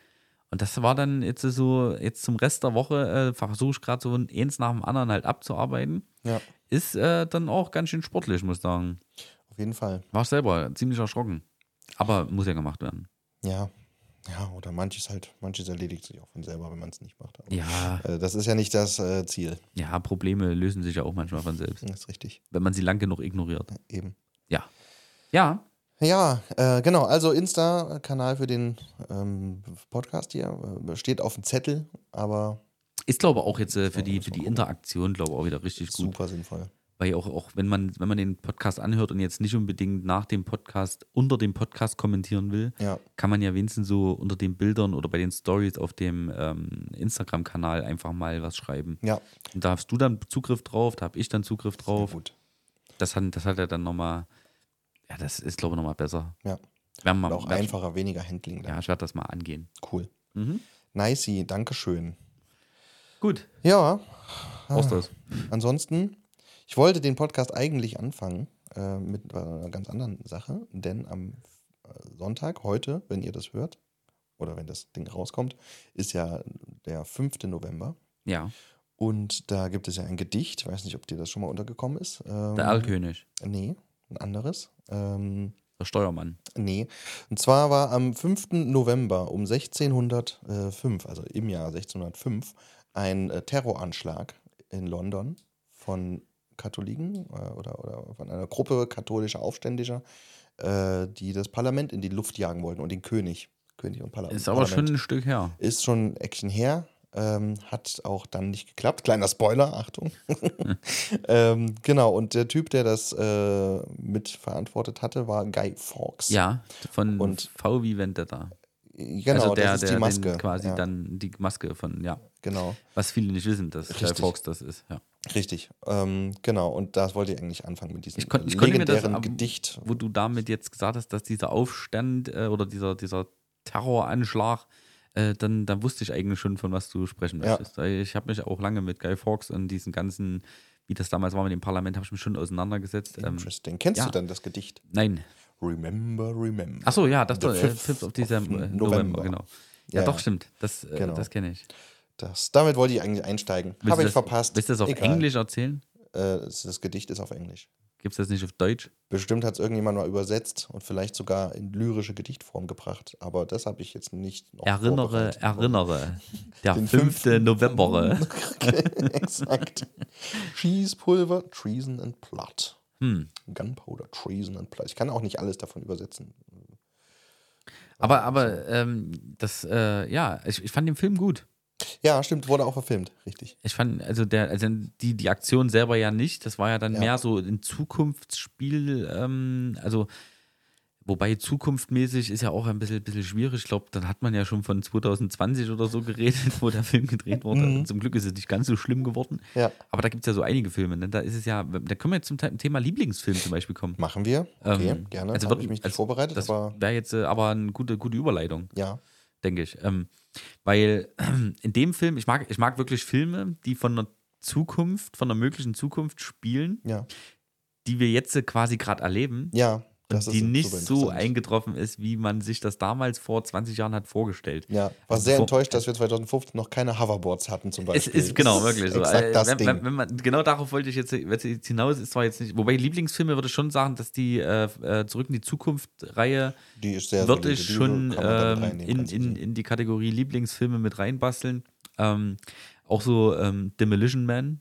B: Und das war dann jetzt so, jetzt zum Rest der Woche äh, versuche ich gerade so eins nach dem anderen halt abzuarbeiten.
A: ja,
B: Ist äh, dann auch ganz schön sportlich, muss ich sagen.
A: auf jeden Fall.
B: War ich selber ziemlich erschrocken. Aber muss ja gemacht werden.
A: Ja. Ja, oder manches halt, manches erledigt sich auch von selber, wenn man es nicht macht. Aber
B: Ja,
A: Äh, Das ist ja nicht das äh, Ziel.
B: ja, Probleme lösen sich ja auch manchmal von selbst,
A: Das ist richtig.
B: wenn man sie lang genug ignoriert.
A: Eben.
B: Ja. Ja,
A: Ja, äh, genau. Also Insta-Kanal für den ähm, Podcast hier äh, steht auf dem Zettel, aber
B: ist glaube auch jetzt äh, für
A: Ja,
B: die
A: muss
B: für
A: man
B: die
A: gucken.
B: Interaktion glaube auch wieder richtig gut.
A: super sinnvoll.
B: weil auch, auch wenn man, wenn man den Podcast anhört und jetzt nicht unbedingt nach dem Podcast, unter dem Podcast kommentieren will,
A: Ja,
B: kann man ja wenigstens so unter den Bildern oder bei den Stories auf dem ähm, Instagram-Kanal einfach mal was schreiben.
A: ja.
B: Und da hast du dann Zugriff drauf, da habe ich dann Zugriff drauf.
A: Gut.
B: Das hat, das hat ja dann nochmal, ja, das ist, glaube ich, nochmal besser.
A: Ja.
B: Werden wir
A: Und auch
B: werden-
A: einfacher, weniger Handling. dann.
B: Ja, ich werde das mal angehen.
A: Cool.
B: Mhm.
A: Nicey, Dankeschön.
B: Gut,
A: Ja,
B: aus das.
A: Ah. ansonsten, ich wollte den Podcast eigentlich anfangen. äh, mit einer ganz anderen Sache, denn am äh, Sonntag, heute, wenn ihr das hört, oder wenn das Ding rauskommt, ist ja der 5. November.
B: Ja,
A: Und da gibt es ja ein Gedicht, weiß nicht, ob dir das schon mal untergekommen ist. Ähm,
B: der Erlkönig,
A: Nee, ein anderes. Ähm,
B: der Steuermann.
A: Nee. Und zwar war am 5. November um 1605, also im Jahr 1605, ein äh, Terroranschlag in London von Katholiken äh, oder, oder von einer Gruppe katholischer Aufständischer, äh, die das Parlament in die Luft jagen wollten und den König. König und Parla
B: Ist aber
A: Parlament
B: schon ein Stück her.
A: ist schon ein Eckchen her. Ähm, hat auch dann nicht geklappt. Kleiner Spoiler, Achtung.
B: Hm.
A: ähm, genau, und der Typ, der das äh, mitverantwortet hatte, war Guy Fawkes.
B: Ja, von
A: Und-
B: V wie Vendetta.
A: genau,
B: also der,
A: das ist
B: der
A: die Maske.
B: Den quasi
A: ja,
B: dann die Maske von, ja.
A: Genau,
B: Was viele nicht wissen, dass Guy
A: Richtig.
B: Fawkes das ist. Ja.
A: richtig. Ähm, genau, und das wollte ich eigentlich anfangen mit diesem
B: Ich kon- ich konnte mir das
A: legendären
B: am-
A: Gedicht.
B: Wo du damit jetzt gesagt hast, dass dieser Aufstand äh, oder dieser, dieser Terroranschlag, äh, dann, dann wusste ich eigentlich schon, von was du sprechen
A: Ja.
B: möchtest. Weil Ich habe mich auch lange mit Guy Fawkes und diesen ganzen, wie das damals war mit dem Parlament, habe ich mich schon auseinandergesetzt. Ähm,
A: Interesting. Kennst
B: ja.
A: du dann das Gedicht?
B: nein.
A: Remember, remember.
B: Achso, ja, das
A: The
B: war äh,
A: 5th
B: 5th of December,
A: of
B: November.
A: November.
B: genau. Ja,
A: Ja,
B: doch,
A: ja.
B: stimmt. Das, äh,
A: Genau.
B: das kenne ich.
A: Das, damit wollte ich eigentlich einsteigen.
B: Willst
A: Habe
B: du
A: ich
B: das-
A: verpasst.
B: Willst du das auf
A: Egal.
B: Englisch erzählen?
A: Äh, das, das Gedicht ist auf Englisch.
B: Gibt es das nicht auf Deutsch?
A: Bestimmt hat es irgendjemand mal übersetzt und vielleicht sogar in lyrische Gedichtform gebracht, aber das habe ich jetzt nicht. Noch
B: Erinnere,
A: vorbereitet.
B: erinnere. Der
A: Den
B: 5. November.
A: Exakt. Schießpulver, Treason and Blood.
B: Hm.
A: Gunpowder, Treason and Blood. Ich kann auch nicht alles davon übersetzen.
B: Aber, aber ähm, das, äh, ja, ich, ich fand den Film gut.
A: Ja, stimmt, wurde auch verfilmt, richtig.
B: Ich fand, also der, also die, die Aktion selber ja nicht. Das war ja dann
A: Ja.
B: mehr so ein Zukunftsspiel, ähm, also wobei zukunftmäßig ist ja auch ein bisschen, bisschen schwierig. Ich glaube, dann hat man ja schon von 2020 oder so geredet, wo der Film gedreht wurde.
A: Mhm.
B: Zum Glück ist es nicht ganz so schlimm geworden.
A: Ja,
B: Aber da gibt es ja so einige Filme. Ne? Da ist es ja, da können wir jetzt zum Te- Thema Lieblingsfilm zum Beispiel kommen.
A: machen wir. Okay,
B: Ähm,
A: gerne.
B: also
A: Also
B: wird-
A: habe ich mich nicht
B: also
A: vorbereitet,
B: Das
A: aber
B: wäre jetzt äh, aber eine gute, gute Überleitung
A: ja.
B: denke ich. Ähm, weil in dem Film, ich mag, ich mag wirklich Filme, die von der Zukunft, von der möglichen Zukunft spielen,
A: Ja,
B: die wir jetzt äh, quasi gerade erleben
A: ja. Das
B: und die nicht so
A: eingeschränkt.
B: eingetroffen ist, wie man sich das damals vor 20 Jahren hat vorgestellt.
A: Ja, war
B: Also
A: sehr
B: vor-
A: enttäuscht, dass wir 2015 noch keine Hoverboards hatten, zum
B: Es
A: Beispiel.
B: ist genau
A: Das
B: wirklich so.
A: Exakt
B: Äh,
A: das
B: wenn,
A: Ding.
B: Wenn, wenn man, genau darauf wollte ich jetzt, jetzt jetzt hinaus, ist zwar jetzt nicht, wobei Lieblingsfilme würde ich schon sagen, dass die äh, äh, Zurück in die Zukunft-Reihe
A: Die ist sehr
B: würde
A: solide,
B: ich
A: die
B: schon
A: kann man damit
B: ähm,
A: reinnehmen,
B: in,
A: ganz
B: in,
A: easy.
B: in die Kategorie Lieblingsfilme mit reinbasteln. Ähm, auch so ähm, Demolition Man,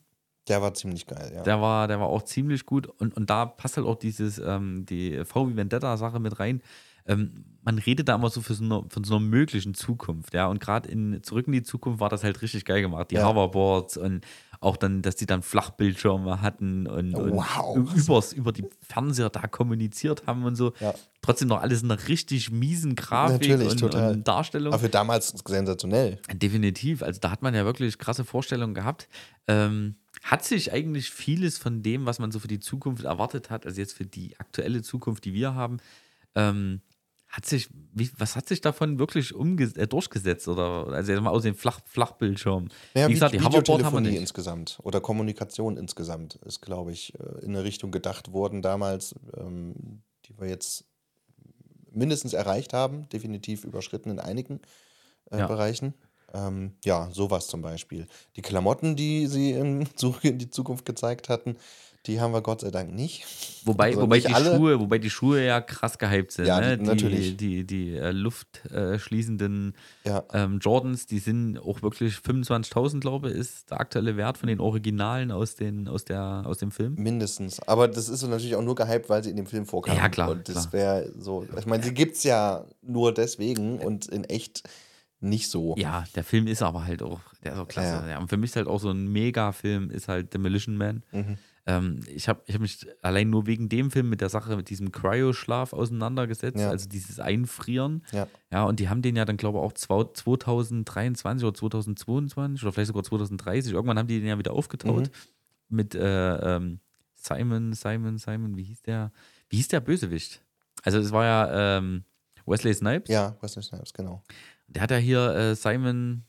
A: Der war ziemlich geil, ja.
B: der war, der war auch ziemlich gut und, und da passt halt auch dieses, ähm, die VW Vendetta-Sache mit rein. Ähm, man redet da immer so, für so eine, von so einer möglichen Zukunft, ja. Und gerade in Zurück in die Zukunft war das halt richtig geil gemacht. Die
A: Ja.
B: Hoverboards und auch dann, dass die dann Flachbildschirme hatten und, und
A: Wow.
B: übers, über die Fernseher da kommuniziert haben und so.
A: Ja.
B: Trotzdem noch alles in einer richtig miesen Grafik
A: Natürlich,
B: und,
A: total.
B: und Darstellung.
A: Aber für damals sensationell.
B: Definitiv. Also da hat man ja wirklich krasse Vorstellungen gehabt. Ähm, hat sich eigentlich vieles von dem, was man so für die Zukunft erwartet hat, also jetzt für die aktuelle Zukunft, die wir haben, ähm, hat sich, wie, was hat sich davon wirklich umges- äh, durchgesetzt? Oder also jetzt mal aus dem Flach Flachbildschirm.
A: Naja,
B: wie gesagt, die
A: Vide-
B: Hoverboard haben wir
A: Videotelefonie
B: nicht.
A: insgesamt oder Kommunikation insgesamt ist, glaube ich, äh, in eine Richtung gedacht worden damals, ähm, die wir jetzt mindestens erreicht haben, definitiv überschritten in einigen äh,
B: Ja.
A: Bereichen. Ähm, ja, sowas zum Beispiel. Die Klamotten, die sie in, Zurück in die Zukunft gezeigt hatten, die haben wir Gott sei Dank nicht.
B: Wobei,
A: Also
B: wobei,
A: nicht
B: die
A: alle.
B: Schuhe, wobei die Schuhe ja krass gehypt sind.
A: Ja, die-
B: ne? die,
A: natürlich.
B: Die, die, äh, luftschließenden
A: Ja,
B: ähm, Jordans, die sind auch wirklich 25.000, glaube ich, ist der aktuelle Wert von den Originalen aus, den, aus, der, aus dem Film.
A: Mindestens. Aber das ist natürlich auch nur gehypt, weil sie in dem Film vorkam.
B: Ja, klar,
A: Und das
B: klar.
A: wäre so. Ich meine, sie gibt es ja nur deswegen und in echt nicht so.
B: Ja, der Film ist aber halt auch, der ist auch klasse. Ja.
A: Ja.
B: Und für mich ist halt auch so ein Mega-Film ist halt Demolition Man.
A: Mhm.
B: Ähm, ich habe ich hab mich allein nur wegen dem Film mit der Sache, mit diesem Cryo-Schlaf auseinandergesetzt,
A: Ja.
B: also dieses Einfrieren.
A: Ja.
B: Ja, und die haben den ja dann, glaube ich, auch zwei- 2023 oder 2022 oder vielleicht sogar 2030. Irgendwann haben die den ja wieder aufgetaut
A: Mhm.
B: mit äh, ähm, Simon, Simon, Simon, wie hieß der? Wie hieß der Bösewicht? Also es war ja ähm, Wesley Snipes.
A: Ja, Wesley Snipes, genau.
B: Der hat ja hier äh, Simon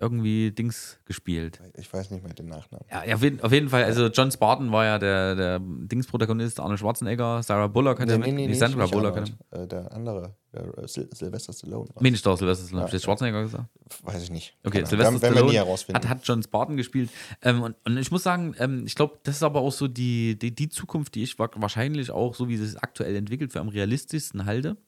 B: irgendwie Dings gespielt.
A: Ich weiß nicht mehr den Nachnamen.
B: Ja, ja, auf, jeden, auf jeden Fall, also John Spartan war ja der, der Dings-Protagonist, Arnold Schwarzenegger, Sarah Bullock hat ja mit, nee, Sandra
A: nicht
B: Bullock.
A: Arnold. Äh, Der andere, der äh, Sil Sylvester Stallone. war's.
B: Mensch, da Sylvester Stallone.
A: Ja,
B: Hast du jetzt
A: ja.
B: Schwarzenegger gesagt?
A: Weiß ich nicht.
B: Okay,
A: Keine Ahnung.
B: Sylvester
A: Genau. werden, werden wir nie
B: Stallone
A: herausfinden.
B: hat, hat John Spartan gespielt. Ähm, und, und ich muss sagen, ähm, ich glaube, das ist aber auch so die, die, die Zukunft, die ich wa- wahrscheinlich auch, so wie es sich aktuell entwickelt, für am realistischsten halte,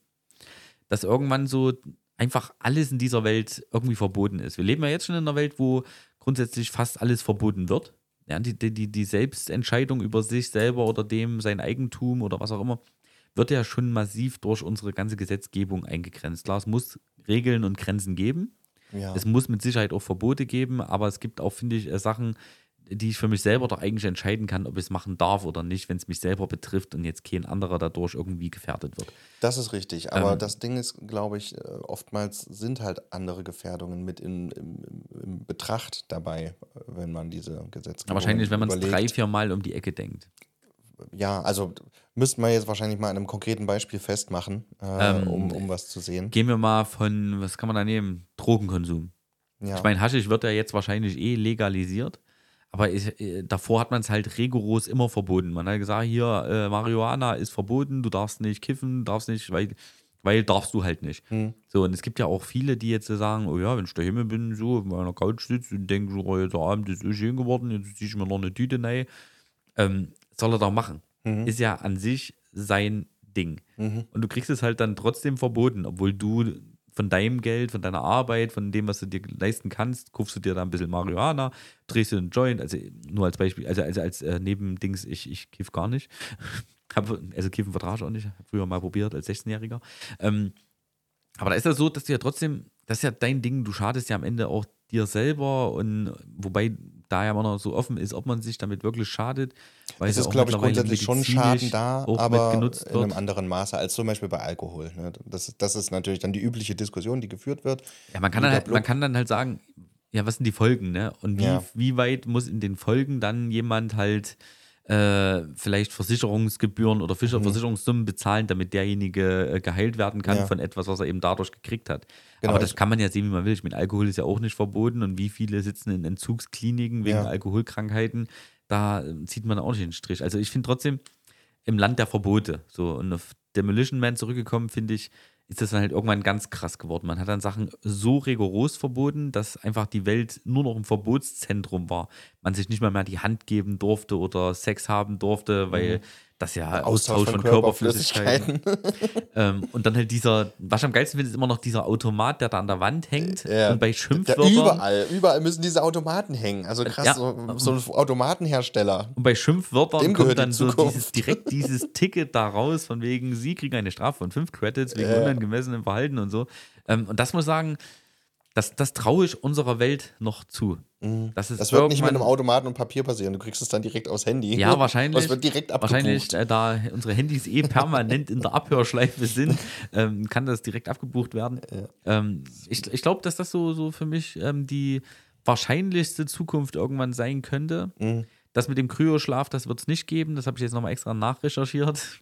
B: dass irgendwann so einfach alles in dieser Welt irgendwie verboten ist. Wir leben ja jetzt schon in einer Welt, wo grundsätzlich fast alles verboten wird. Ja, die, die- die, die Selbstentscheidung über sich selber oder dem, sein Eigentum oder was auch immer, wird ja schon massiv durch unsere ganze Gesetzgebung eingegrenzt. Klar, es muss Regeln und Grenzen geben.
A: ja.
B: Es muss mit Sicherheit auch Verbote geben, aber es gibt auch, finde ich, äh, Sachen, die ich für mich selber doch eigentlich entscheiden kann, ob ich es machen darf oder nicht, wenn es mich selber betrifft und jetzt kein anderer dadurch irgendwie gefährdet wird.
A: Das ist richtig, aber
B: Ähm,
A: das Ding ist, glaube ich, äh, oftmals sind halt andere Gefährdungen mit in, im, im- im Betracht dabei, äh, wenn man diese Gesetzgebung
B: Wahrscheinlich, wenn man es drei,
A: überlegt.
B: vier Mal um die Ecke denkt.
A: Ja, also d- müssten wir jetzt wahrscheinlich mal an einem konkreten Beispiel festmachen, äh,
B: Ähm,
A: um, um was zu sehen.
B: Gehen wir mal von, was kann man da nehmen? Drogenkonsum.
A: Ja.
B: Ich meine, Haschisch wird ja jetzt wahrscheinlich eh legalisiert, aber ich, äh, davor hat man es halt rigoros immer verboten. Man hat gesagt, hier, äh, Marihuana ist verboten, du darfst nicht kiffen, darfst nicht, weil, weil darfst du halt nicht. So, und es gibt ja auch viele, die jetzt so sagen, oh ja, wenn ich daheim bin, so auf meiner Couch sitze und denke, oh, jetzt Abend ist eh schön geworden, jetzt ziehe ich mir noch eine Tüte rein. Ähm, soll er doch machen. Ist ja an sich sein Ding. Und du kriegst es halt dann trotzdem verboten, obwohl du von deinem Geld, von deiner Arbeit, von dem, was du dir leisten kannst, kaufst du dir da ein bisschen Marihuana, drehst du einen Joint, also nur als Beispiel, also, also als äh, Nebendings, ich, ich kiff gar nicht. Hab, also kiffen vertrage ich auch nicht, hab früher mal probiert als 16-Jähriger. Ähm, aber da ist ja so, dass du ja trotzdem, das ist ja dein Ding, du schadest ja am Ende auch dir selber und wobei da ja immer noch so offen ist, ob man sich damit wirklich schadet. Weil
A: es
B: ja
A: ist,
B: auch
A: glaube ich,
B: mittlerweile
A: grundsätzlich schon Schaden
B: medizinisch
A: da,
B: auch
A: aber
B: mitgenutzt
A: in einem
B: wird.
A: anderen Maße als zum Beispiel bei Alkohol. Ne? Das, das ist natürlich dann die übliche Diskussion, die geführt wird.
B: Ja, man kann, dann
A: Guter
B: halt, man
A: Blog.
B: kann dann halt sagen, ja, was sind die Folgen, ne? Und wie,
A: Ja.
B: wie weit muss in den Folgen dann jemand halt äh, vielleicht Versicherungsgebühren oder Fischer
A: Mhm.
B: Versicherungssummen bezahlen, damit derjenige äh, geheilt werden kann
A: Ja.
B: von etwas, was er eben dadurch gekriegt hat.
A: Genau,
B: Aber das
A: ich-
B: kann man ja sehen, wie man will. Ich meine, Alkohol ist ja auch nicht verboten und wie viele sitzen in Entzugskliniken wegen
A: Ja.
B: Alkoholkrankheiten, da äh, zieht man auch nicht den Strich. Also ich finde trotzdem, im Land der Verbote. So, und auf Demolition Man zurückgekommen, finde ich, ist das dann halt irgendwann ganz krass geworden. Man hat dann Sachen so rigoros verboten, dass einfach die Welt nur noch ein Verbotszentrum war. Man sich nicht mal mehr die Hand geben durfte oder Sex haben durfte, weil das ja Austausch von, Körperflüssigkeiten. Ähm, und dann halt dieser, was ich am geilsten finde, ist immer noch dieser Automat, der da an der Wand hängt.
A: Ja.
B: Und bei
A: Ja,
B: Schimpfwörtern.
A: überall, überall müssen diese Automaten hängen. Also krass,
B: Äh, Ja.
A: so, so ein Automatenhersteller.
B: Und bei Schimpfwörtern
A: Dem
B: kommt
A: gehört die
B: dann so
A: Zukunft.
B: dieses, direkt dieses Ticket da raus, von wegen, sie kriegen eine Strafe von fünf Credits wegen
A: Ja.
B: unangemessenem Verhalten und so. Ähm, und das muss ich sagen, das, das traue ich unserer Welt noch zu. Das, ist
A: Mhm. Das wird nicht mit
B: irgendwann-
A: einem Automaten und Papier passieren. Du kriegst es dann direkt aufs Handy.
B: Ja, wahrscheinlich.
A: Das wird direkt abgebucht.
B: Wahrscheinlich, äh, da unsere Handys eh permanent in der Abhörschleife sind, ähm, kann das direkt abgebucht werden. Ähm, ich ich glaube, dass das so, so für mich ähm, die wahrscheinlichste Zukunft irgendwann sein könnte. Das mit dem Kryoschlaf, das wird es nicht geben. Das habe ich jetzt nochmal extra nachrecherchiert.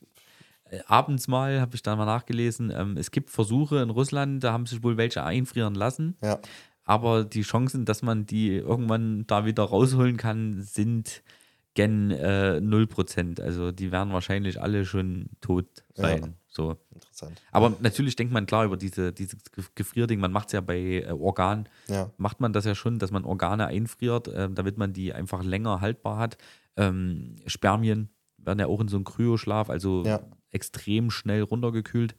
B: Äh, Abends mal habe ich da mal nachgelesen. Ähm, es gibt Versuche in Russland, da haben sich wohl welche einfrieren lassen.
A: Ja.
B: Aber die Chancen, dass man die irgendwann da wieder rausholen kann, sind gen äh, 0%. Also die werden wahrscheinlich alle schon tot sein.
A: Ja.
B: So.
A: Interessant.
B: Aber natürlich denkt man klar über diese, dieses Ge- Gefrierding, man macht es ja bei äh, Organen,
A: Ja.
B: macht man das ja schon, dass man Organe einfriert, ähm, damit man die einfach länger haltbar hat. Ähm, Spermien werden ja auch in so einen Kryoschlaf, also
A: Ja.
B: extrem schnell runtergekühlt.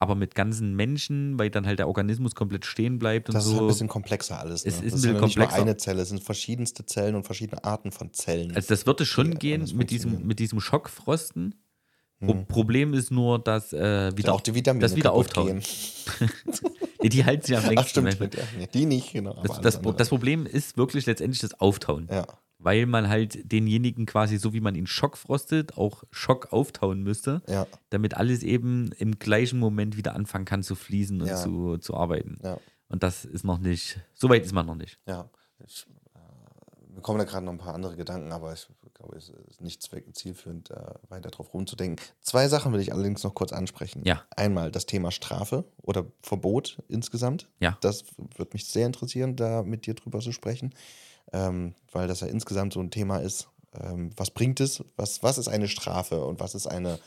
B: Aber mit ganzen Menschen, weil dann halt der Organismus komplett stehen bleibt und
A: Das ist halt
B: so.
A: ein bisschen komplexer alles. Ne?
B: Es ist
A: das
B: ein bisschen
A: ja nicht nur
B: komplexer.
A: eine Zelle, es sind verschiedenste Zellen und verschiedene Arten von Zellen.
B: Also das würde schon
A: Ja,
B: gehen
A: das
B: mit diesem,
A: funktioniert.
B: mit diesem Schockfrosten. Pro Problem ist nur, dass äh, wieder,
A: Hm. ja auch die Vitamine
B: das wieder
A: kaputt
B: auftauchen.
A: gehen.
B: Nee, die halten sich am
A: Ach
B: längsten.
A: stimmt,
B: weil-
A: ja, nee, die nicht, genau. aber
B: das,
A: alles
B: das, Pro-
A: andere.
B: das Problem ist wirklich letztendlich das Auftauen.
A: ja.
B: Weil man halt denjenigen quasi, so wie man ihn schockfrostet, auch Schock auftauen müsste,
A: Ja.
B: damit alles eben im gleichen Moment wieder anfangen kann zu fließen und
A: Ja.
B: zu, zu arbeiten.
A: Ja.
B: Und das ist noch nicht, so weit ist man noch nicht.
A: Ja, ich, äh, mir kommen da gerade noch ein paar andere Gedanken, aber ich glaube, es ist nicht zweck- zielführend, äh, weiter drauf rumzudenken. Zwei Sachen will ich allerdings noch kurz ansprechen.
B: Ja.
A: Einmal das Thema Strafe oder Verbot insgesamt.
B: Ja.
A: Das würde mich sehr interessieren, da mit dir drüber zu sprechen, ähm, weil das ja insgesamt so ein Thema ist. Ähm, was bringt es? Was, was ist eine Strafe und was ist eine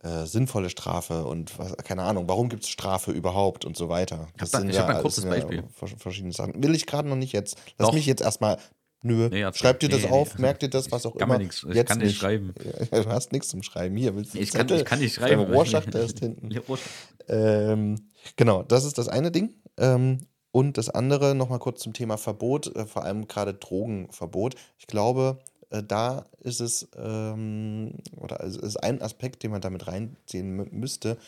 A: äh, sinnvolle Strafe und was, keine Ahnung, warum gibt es Strafe überhaupt und so weiter. Das
B: da-
A: sind
B: ich hab
A: ja-
B: da ein
A: das
B: kurzes
A: sind ja
B: Beispiel.
A: vers- Verschiedene Sachen. Will ich gerade noch nicht jetzt. Lass
B: Doch.
A: mich jetzt erstmal. Nö,
B: Nee, erzähl.
A: schreib dir das
B: Nee, nee.
A: auf, merk dir das, was auch
B: kann mir
A: immer.
B: nix- ich kann nicht schreiben.
A: Du hast nichts zum Schreiben. Hier willst du
B: Ich
A: einen
B: kann, ich
A: Zettel?
B: kann nicht
A: Deine
B: schreiben.
A: Rohrschach, da ist hinten.
B: Ja, Rohrschach.
A: Ähm, genau, das ist das eine Ding. Ähm, und das andere, nochmal kurz zum Thema Verbot, äh, vor allem gerade Drogenverbot. Ich glaube, äh, da ist es, ähm, oder es ist ein Aspekt, den man damit reinziehen mü- müsste.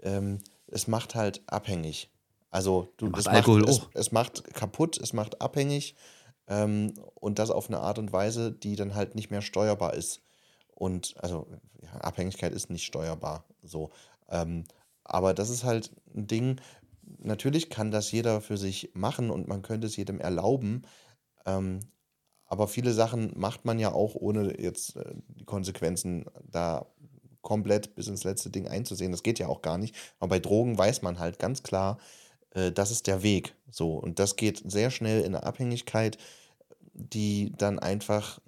A: Ähm, es macht halt abhängig. Also, du,
B: Macht
A: es
B: Alkohol
A: macht, es,
B: auch.
A: es macht kaputt, es macht abhängig. Ähm, und das auf eine Art und Weise, die dann halt nicht mehr steuerbar ist. Und also ja, Abhängigkeit ist nicht steuerbar so. Ähm, aber das ist halt ein Ding, natürlich kann das jeder für sich machen und man könnte es jedem erlauben. Ähm, aber viele Sachen macht man ja auch, ohne jetzt äh, die Konsequenzen da komplett bis ins letzte Ding einzusehen. Das geht ja auch gar nicht. Aber bei Drogen weiß man halt ganz klar, äh, das ist der Weg. So. Und das geht sehr schnell in eine Abhängigkeit, die dann einfach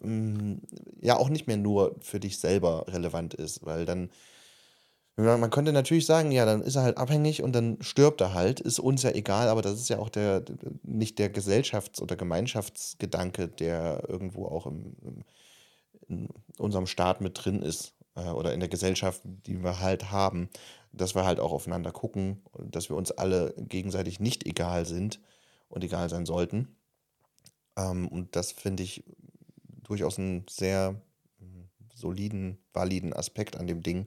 A: mm, ja auch nicht mehr nur für dich selber relevant ist, weil dann man man könnte natürlich sagen, ja, dann ist er halt abhängig und dann stirbt er halt, ist uns ja egal, aber das ist ja auch der nicht der Gesellschafts- oder Gemeinschaftsgedanke, der irgendwo auch im, im- in unserem Staat mit drin ist äh, oder in der Gesellschaft, die wir halt haben, dass wir halt auch aufeinander gucken, und dass wir uns alle gegenseitig nicht egal sind und egal sein sollten. Ähm, und das finde ich durchaus einen sehr mm, soliden, validen Aspekt an dem Ding.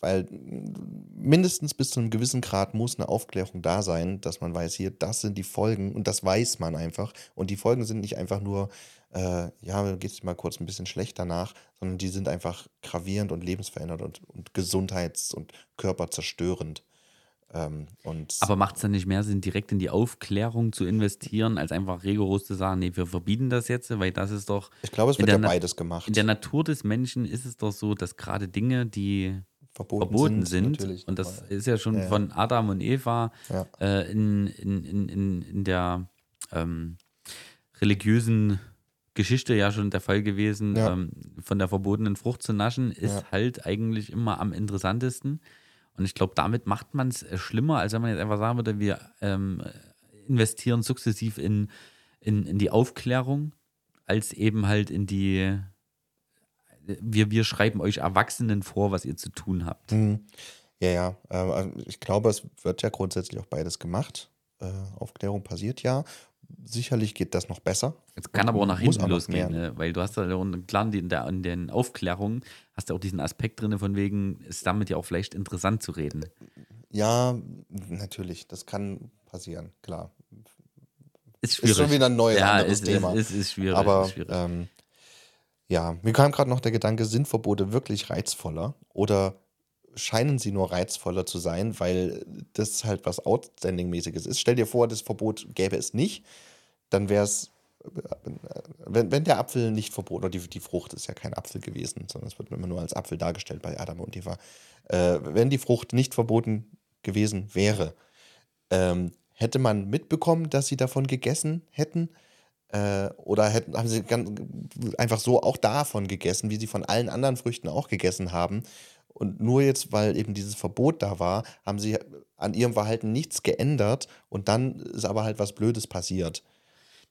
A: Weil mm, mindestens bis zu einem gewissen Grad muss eine Aufklärung da sein, dass man weiß, hier, das sind die Folgen und das weiß man einfach. Und die Folgen sind nicht einfach nur, äh, ja, mir geht es mal kurz ein bisschen schlecht danach, sondern die sind einfach gravierend und lebensverändernd und, und gesundheits- und körperzerstörend. Ähm, und
B: Aber macht es dann nicht mehr Sinn, direkt in die Aufklärung zu investieren, als einfach rigoros zu sagen, nee, wir verbieten das jetzt, weil das ist doch,
A: ich glaube, es
B: in
A: wird ja
B: der Na-
A: beides gemacht.
B: in der Natur des Menschen ist es doch so, dass gerade Dinge, die
A: verboten,
B: verboten sind,
A: natürlich.
B: und das
A: Aber-
B: ist ja schon
A: Ja, ja.
B: von Adam und Eva
A: Ja.
B: äh, in, in, in, in, in der ähm, religiösen Geschichte ja schon der Fall gewesen,
A: Ja.
B: ähm, von der verbotenen Frucht zu naschen, ist
A: Ja.
B: halt eigentlich immer am interessantesten. Und ich glaube, damit macht man es schlimmer, als wenn man jetzt einfach sagen würde, wir ähm, investieren sukzessiv in, in, in die Aufklärung, als eben halt in die, wir, wir schreiben euch Erwachsenen vor, was ihr zu tun habt.
A: Mhm. Ja, ja. Ähm, also ich glaube, es wird ja grundsätzlich auch beides gemacht. Äh, Aufklärung passiert ja. Sicherlich geht das noch besser.
B: Es kann aber auch nach
A: Muss
B: hinten
A: auch noch
B: losgehen,
A: mehr.
B: ne? weil du hast ja auch einen- klar in, der, in den Aufklärungen hast du auch diesen Aspekt drin, von wegen ist damit ja auch vielleicht interessant zu reden.
A: Ja, natürlich. Das kann passieren, klar.
B: Ist schwierig.
A: Ist schon wieder ein neues
B: ja,
A: anderes
B: ist,
A: Thema.
B: Ist, ist, ist schwierig.
A: Aber
B: ist schwierig.
A: ähm, ja, mir kam gerade noch der Gedanke, sind Verbote wirklich reizvoller oder scheinen sie nur reizvoller zu sein, weil das halt was Outstanding-mäßiges ist. Stell dir vor, das Verbot gäbe es nicht, dann wäre es, wenn, wenn der Apfel nicht verboten, oder die, die Frucht ist ja kein Apfel gewesen, sondern es wird immer nur als Apfel dargestellt bei Adam und Eva. Äh, wenn die Frucht nicht verboten gewesen wäre, ähm, hätte man mitbekommen, dass sie davon gegessen hätten? Äh, oder hätten, haben sie ganz, einfach so auch davon gegessen, wie sie von allen anderen Früchten auch gegessen haben? Und nur jetzt, weil eben dieses Verbot da war, haben sie an ihrem Verhalten nichts geändert und dann ist aber halt was Blödes passiert.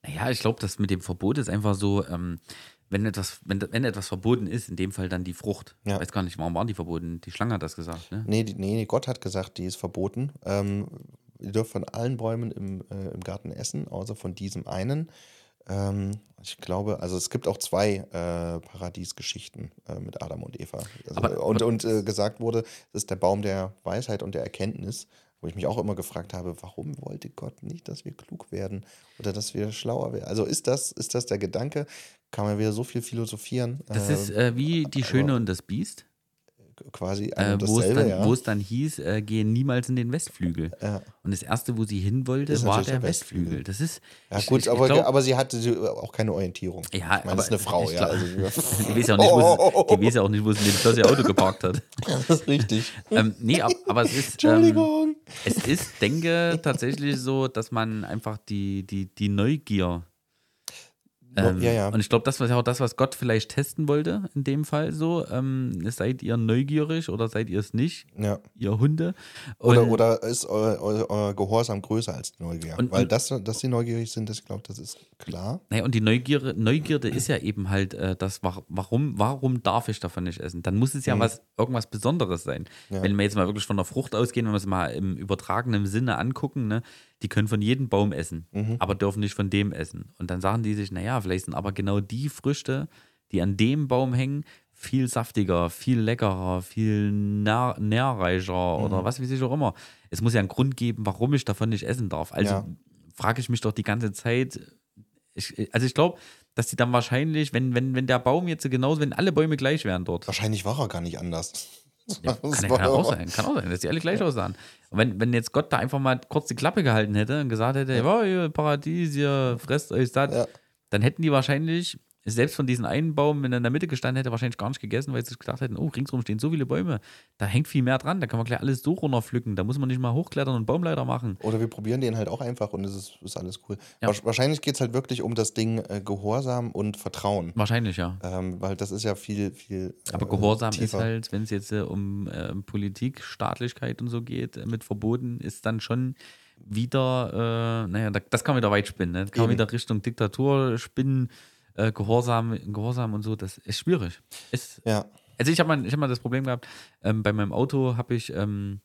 B: Naja, ich glaube, das mit dem Verbot ist einfach so, ähm, wenn, etwas, wenn, wenn etwas verboten ist, in dem Fall dann die Frucht.
A: Ja.
B: Ich weiß gar nicht, warum waren die verboten? Die Schlange hat das gesagt. Ne?
A: Nee, die, nee, nee, Gott hat gesagt, die ist verboten. Ähm, ihr dürft von allen Bäumen im, äh, im Garten essen, außer von diesem einen. Ähm, ich glaube, also es gibt auch zwei äh, Paradiesgeschichten äh, mit Adam und Eva. Also,
B: Aber-
A: und
B: aber-
A: und äh, gesagt wurde, es ist der Baum der Weisheit und der Erkenntnis, wo ich mich auch immer gefragt habe, warum wollte Gott nicht, dass wir klug werden oder dass wir schlauer werden? Also ist das, ist das der Gedanke? Kann man wieder so viel philosophieren?
B: Das äh,
A: Ähm,
B: ist äh, wie die Schöne und das Biest.
A: quasi ein
B: äh,
A: und
B: wo, es
A: dasselbe,
B: dann,
A: ja.
B: wo es dann hieß, äh, gehen niemals in den Westflügel.
A: Ja.
B: Und das erste, wo sie hin wollte,
A: Ist
B: war
A: natürlich
B: der
A: der Westflügel.
B: Westflügel. Das ist.
A: Ja,
B: ich-
A: gut,
B: ich- ich
A: aber,
B: glaub-
A: aber sie hatte sie- äh, auch keine Orientierung.
B: Ja,
A: ich meine, das ist eine
B: aber
A: Frau,
B: ich
A: ja.
B: glaub-
A: Also,
B: Die weiß ja auch nicht, wo
A: Oh, oh, oh,
B: sie,
A: oh.
B: die weiß ja auch nicht, wo sie den Schloss ihr Auto geparkt hat.
A: das ist richtig.
B: ähm, nee, ab- aber es ist. Ähm,
A: Entschuldigung.
B: es ist, denke tatsächlich so, dass man einfach die, die, die Neugier. Ähm,
A: ja, ja.
B: Und ich glaube, das war ja auch das, was Gott vielleicht testen wollte, in dem Fall so. Ähm, seid ihr neugierig oder seid ihr es nicht,
A: ja.
B: ihr Hunde? Und,
A: Oder, oder ist euer, euer, euer Gehorsam größer als die Neugier?
B: Und-
A: Weil,
B: und-
A: das, dass sie neugierig sind, das, ich glaube, das ist klar.
B: Naja, und die Neugierde, Neugierde ist ja eben halt äh, das, wa- warum, warum darf ich davon nicht essen? Dann muss es ja
A: Mhm.
B: was, irgendwas Besonderes sein.
A: Ja.
B: Wenn wir jetzt mal wirklich von der Frucht ausgehen, wenn wir es mal im übertragenen Sinne angucken, ne, die können von jedem Baum essen,
A: Mhm.
B: aber dürfen nicht von dem essen. Und dann sagen die sich, naja, vielleicht sind aber genau die Früchte, die an dem Baum hängen, viel saftiger, viel leckerer, viel nähr
A: Mhm.
B: nährreicher oder was weiß ich auch immer. Es muss ja einen Grund geben, warum ich davon nicht essen darf. Also
A: Ja.
B: frage ich mich doch die ganze Zeit, ich, also ich glaube, dass die dann wahrscheinlich, wenn, wenn, wenn der Baum jetzt so genauso, wenn alle Bäume gleich wären dort.
A: Wahrscheinlich war er gar nicht anders.
B: Ja,
A: Das
B: kann, ja-
A: war-
B: kann ja auch sein, kann auch sein, dass die alle gleich aussahen. Und wenn, wenn jetzt Gott da einfach mal kurz die Klappe gehalten hätte und gesagt hätte, ja. ihr Paradies, ihr fresst euch satt,
A: Ja.
B: dann hätten die wahrscheinlich, selbst von diesem einen Baum, wenn er in der Mitte gestanden hätte, wahrscheinlich gar nicht gegessen, weil sie sich gedacht hätten, oh, ringsrum stehen so viele Bäume, da hängt viel mehr dran, da kann man gleich alles so runterpflücken, da muss man nicht mal hochklettern und Baumleiter machen.
A: Oder wir probieren den halt auch einfach und es ist, ist alles cool.
B: Ja.
A: Wahrsch- Wahrscheinlich geht es halt wirklich um das Ding äh, Gehorsam und Vertrauen.
B: Wahrscheinlich, ja.
A: Ähm, weil das ist ja viel, viel. äh,
B: Aber Gehorsam ist
A: tiefer.
B: halt, wenn es jetzt äh, um äh, Politik, Staatlichkeit und so geht, äh, mit Verboten, ist dann schon wieder, äh, naja, da, das kann wieder weit spinnen. Ne? Kann
A: Eben.
B: wieder Richtung Diktatur spinnen, äh, Gehorsam, Gehorsam und so, das ist schwierig. Ist,
A: Ja.
B: also ich habe mal, ich hab mal das Problem gehabt, ähm, bei meinem Auto habe ich ähm,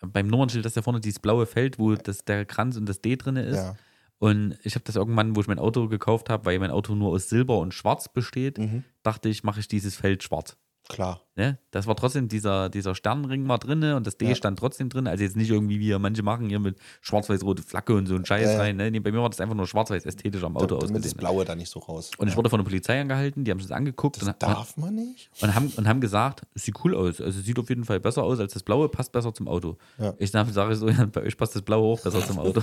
B: beim Nummernschild, das da vorne dieses blaue Feld, wo das, der Kranz und das D drin ist.
A: Ja.
B: Und ich habe das irgendwann, wo ich mein Auto gekauft habe, weil mein Auto nur aus Silber und Schwarz besteht,
A: Mhm.
B: dachte ich, mache ich dieses Feld schwarz
A: Klar.
B: ne? Das war trotzdem, dieser, dieser Sternenring war drin und das D
A: Ja.
B: stand trotzdem drin. Also jetzt nicht irgendwie, wie hier manche machen, hier mit schwarz-weiß-rote Flagge und so ein Scheiß
A: Ja, ja.
B: rein. Ne? Nee, bei mir war das einfach nur schwarz-weiß ästhetisch am Auto
A: Damit das
B: ausgesehen. ne?
A: Blaue da nicht so raus.
B: Und ich wurde von der Polizei angehalten, die haben sich das angeguckt
A: das
B: und,
A: darf man nicht?
B: und, haben, und haben gesagt, es sieht cool aus. Also es sieht auf jeden Fall besser aus als das Blaue, passt besser zum Auto.
A: Ja.
B: Ich sage sag ich so, ja, bei euch passt das Blaue auch besser zum Auto.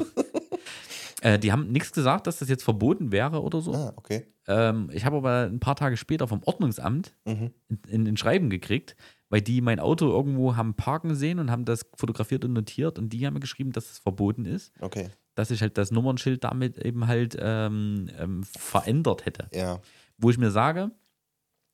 B: Äh, Die haben nichts gesagt, dass das jetzt verboten wäre oder so.
A: Ah, okay.
B: Ähm, ich habe aber ein paar Tage später vom Ordnungsamt
A: Mhm.
B: in, in Schreiben gekriegt, weil die mein Auto irgendwo haben parken sehen und haben das fotografiert und notiert und die haben mir geschrieben, dass es verboten ist,
A: Okay.
B: dass ich halt das Nummernschild damit eben halt ähm, ähm, verändert hätte.
A: Ja.
B: Wo ich mir sage,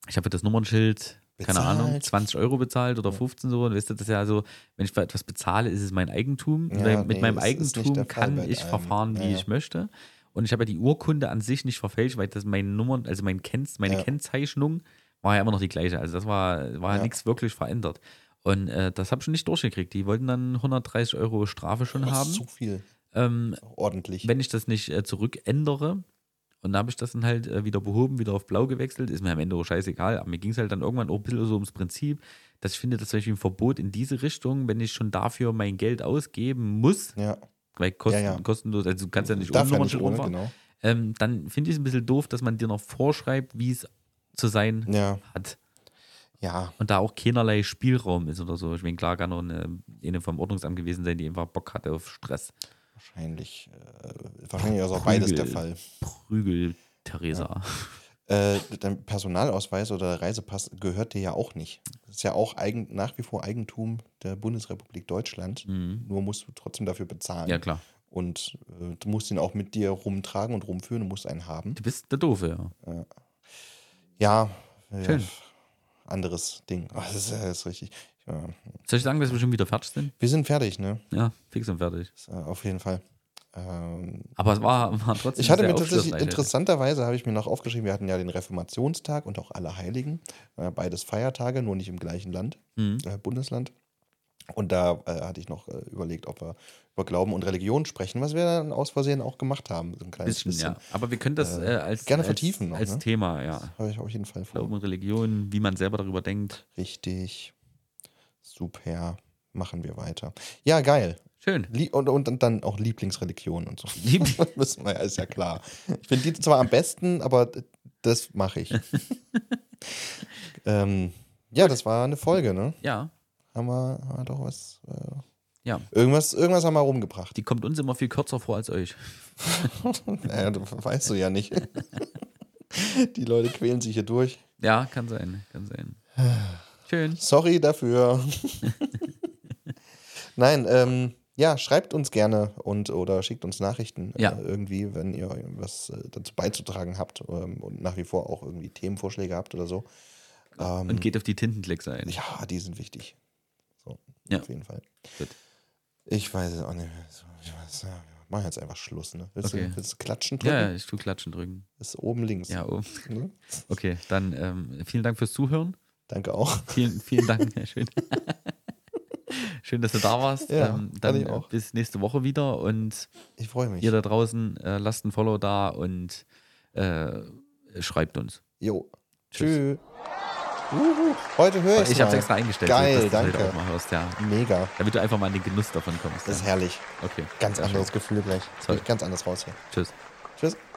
B: ich habe für das Nummernschild, keine
A: Bezahlt.
B: Ahnung, 20 Euro bezahlt oder 15 so und wisst ihr, das ist ja so, wenn ich für etwas bezahle, ist es mein Eigentum.
A: Ja,
B: weil mit
A: nee,
B: meinem
A: das ist nicht
B: Eigentum
A: der Fall
B: kann
A: bei
B: ich
A: einem.
B: verfahren, wie
A: Ja, ja.
B: ich möchte. Und ich habe ja die Urkunde an sich nicht verfälscht, weil das meine Nummern, also mein Kennz, meine
A: Ja.
B: Kennzeichnung war ja immer noch die gleiche. Also das war, war ja.
A: Ja.
B: nichts wirklich verändert. Und äh, das habe ich nicht durchgekriegt. Die wollten dann 130 Euro Strafe schon
A: Das
B: haben,
A: ist zu viel.
B: ähm,
A: Ordentlich.
B: wenn ich das nicht äh, zurückändere. Und da habe ich das dann halt äh, wieder behoben, wieder auf blau gewechselt. Ist mir am Ende auch scheißegal. Aber mir ging es halt dann irgendwann auch ein bisschen so ums Prinzip, dass ich finde, dass zum Beispiel ein Verbot in diese Richtung, wenn ich schon dafür mein Geld ausgeben muss,
A: ja.
B: weil kosten,
A: Ja, ja.
B: kostenlos, also du kannst ja nicht
A: Darf ja
B: ohne
A: nicht
B: Nummernschild
A: ohne,
B: rumfahren.
A: genau.
B: Ähm, dann finde ich es ein bisschen doof, dass man dir noch vorschreibt, wie es zu sein
A: genau. Ja.
B: hat.
A: Ja.
B: Und da auch keinerlei Spielraum ist oder so. Ich meine, klar kann auch eine, eine vom Ordnungsamt gewesen sein, die einfach Bock hatte auf Stress.
A: Wahrscheinlich. Äh, wahrscheinlich ist auch beides der Fall.
B: Prügel, Theresa.
A: Äh, dein Personalausweis oder der Reisepass gehört dir ja auch nicht. Das ist ja auch eigen, nach wie vor Eigentum der Bundesrepublik Deutschland. Nur musst du trotzdem dafür bezahlen.
B: Mhm. Ja, klar.
A: Und äh, du musst ihn auch mit dir rumtragen und rumführen und musst einen haben.
B: Du bist der Doofe, ja.
A: Ja. äh,
B: Schön.
A: Anderes Ding. Ah, das, ist, das ist richtig. Ja.
B: Soll ich sagen, dass wir schon wieder fertig sind?
A: Wir sind fertig, ne?
B: Ja, fix und fertig.
A: Ist, äh, auf jeden Fall. Ähm,
B: Aber es war, war trotzdem
A: Ich hatte
B: sehr
A: mir tatsächlich,
B: aufschlussreich.
A: interessanterweise habe ich mir noch aufgeschrieben, wir hatten ja den Reformationstag und auch alle Heiligen, äh, beides Feiertage, nur nicht im gleichen Land,
B: Mhm.
A: äh, Bundesland. Und da äh, hatte ich noch äh, überlegt, ob wir über Glauben und Religion sprechen, was wir dann aus Versehen auch gemacht haben, so ein kleines bisschen.
B: bisschen, ja. Aber wir können das äh,
A: Äh,
B: als,
A: gerne
B: als,
A: vertiefen noch,
B: als
A: ne?
B: Thema, ja.
A: Habe ich auf jeden Fall vor.
B: Glauben und Religion, wie man selber darüber denkt.
A: Richtig. Super. Machen wir weiter. Ja, geil.
B: Schön.
A: Lie und, und, und dann auch Lieblingsreligion und so.
B: Lieb-
A: Das müssen wir, ja, ist ja klar. Ich finde die zwar am besten, aber das mache ich. ähm, Ja, das war eine Folge, ne?
B: Ja,
A: Haben wir, haben wir doch was. Äh,
B: Ja.
A: Irgendwas, irgendwas haben wir rumgebracht.
B: die kommt uns immer viel kürzer vor als euch.
A: naja, das weißt du ja nicht. Die Leute quälen sich hier durch.
B: Ja, kann sein, kann sein. Schön.
A: Sorry dafür. Nein, ähm, ja, schreibt uns gerne und oder schickt uns Nachrichten
B: Ja.
A: äh, irgendwie, wenn ihr was äh, dazu beizutragen habt ähm, und nach wie vor auch irgendwie Themenvorschläge habt oder so. Ähm,
B: Genau. Und geht auf die Tintenklicks ein.
A: ja, die sind wichtig. So,
B: Ja.
A: auf jeden Fall.
B: Gut.
A: Ich weiß es auch nicht mehr. So, Ich weiß, ja, wir machen jetzt einfach Schluss, ne? Willst,
B: Okay.
A: du, willst du klatschen drücken?
B: Ja, ja, ich tue Klatschen drücken.
A: Ist oben links.
B: Ja, oh.
A: Ne?
B: okay. Dann ähm, vielen Dank fürs Zuhören.
A: Danke auch.
B: Vielen, vielen Dank. Ja, schön. schön, dass du da warst.
A: Ja,
B: ähm,
A: fand
B: dann
A: ich auch.
B: äh, bis nächste Woche wieder und
A: Ich freue mich.
B: ihr da draußen äh, lasst ein Follow da und äh, schreibt uns.
A: Jo.
B: Tschüss.
A: Tschüss. Juhu. Heute höre ich
B: Ich habe es extra eingestellt,
A: Geil,
B: dass du das heute
A: danke.
B: auch mal hörst, ja.
A: Mega.
B: Damit du einfach mal in den Genuss davon kommst.
A: Das ist
B: ja.
A: herrlich.
B: Okay.
A: Ganz
B: Sehr schön.
A: anderes Gefühl gleich.
B: Toll.
A: Ganz anders raus hier.
B: Tschüss.
A: Tschüss.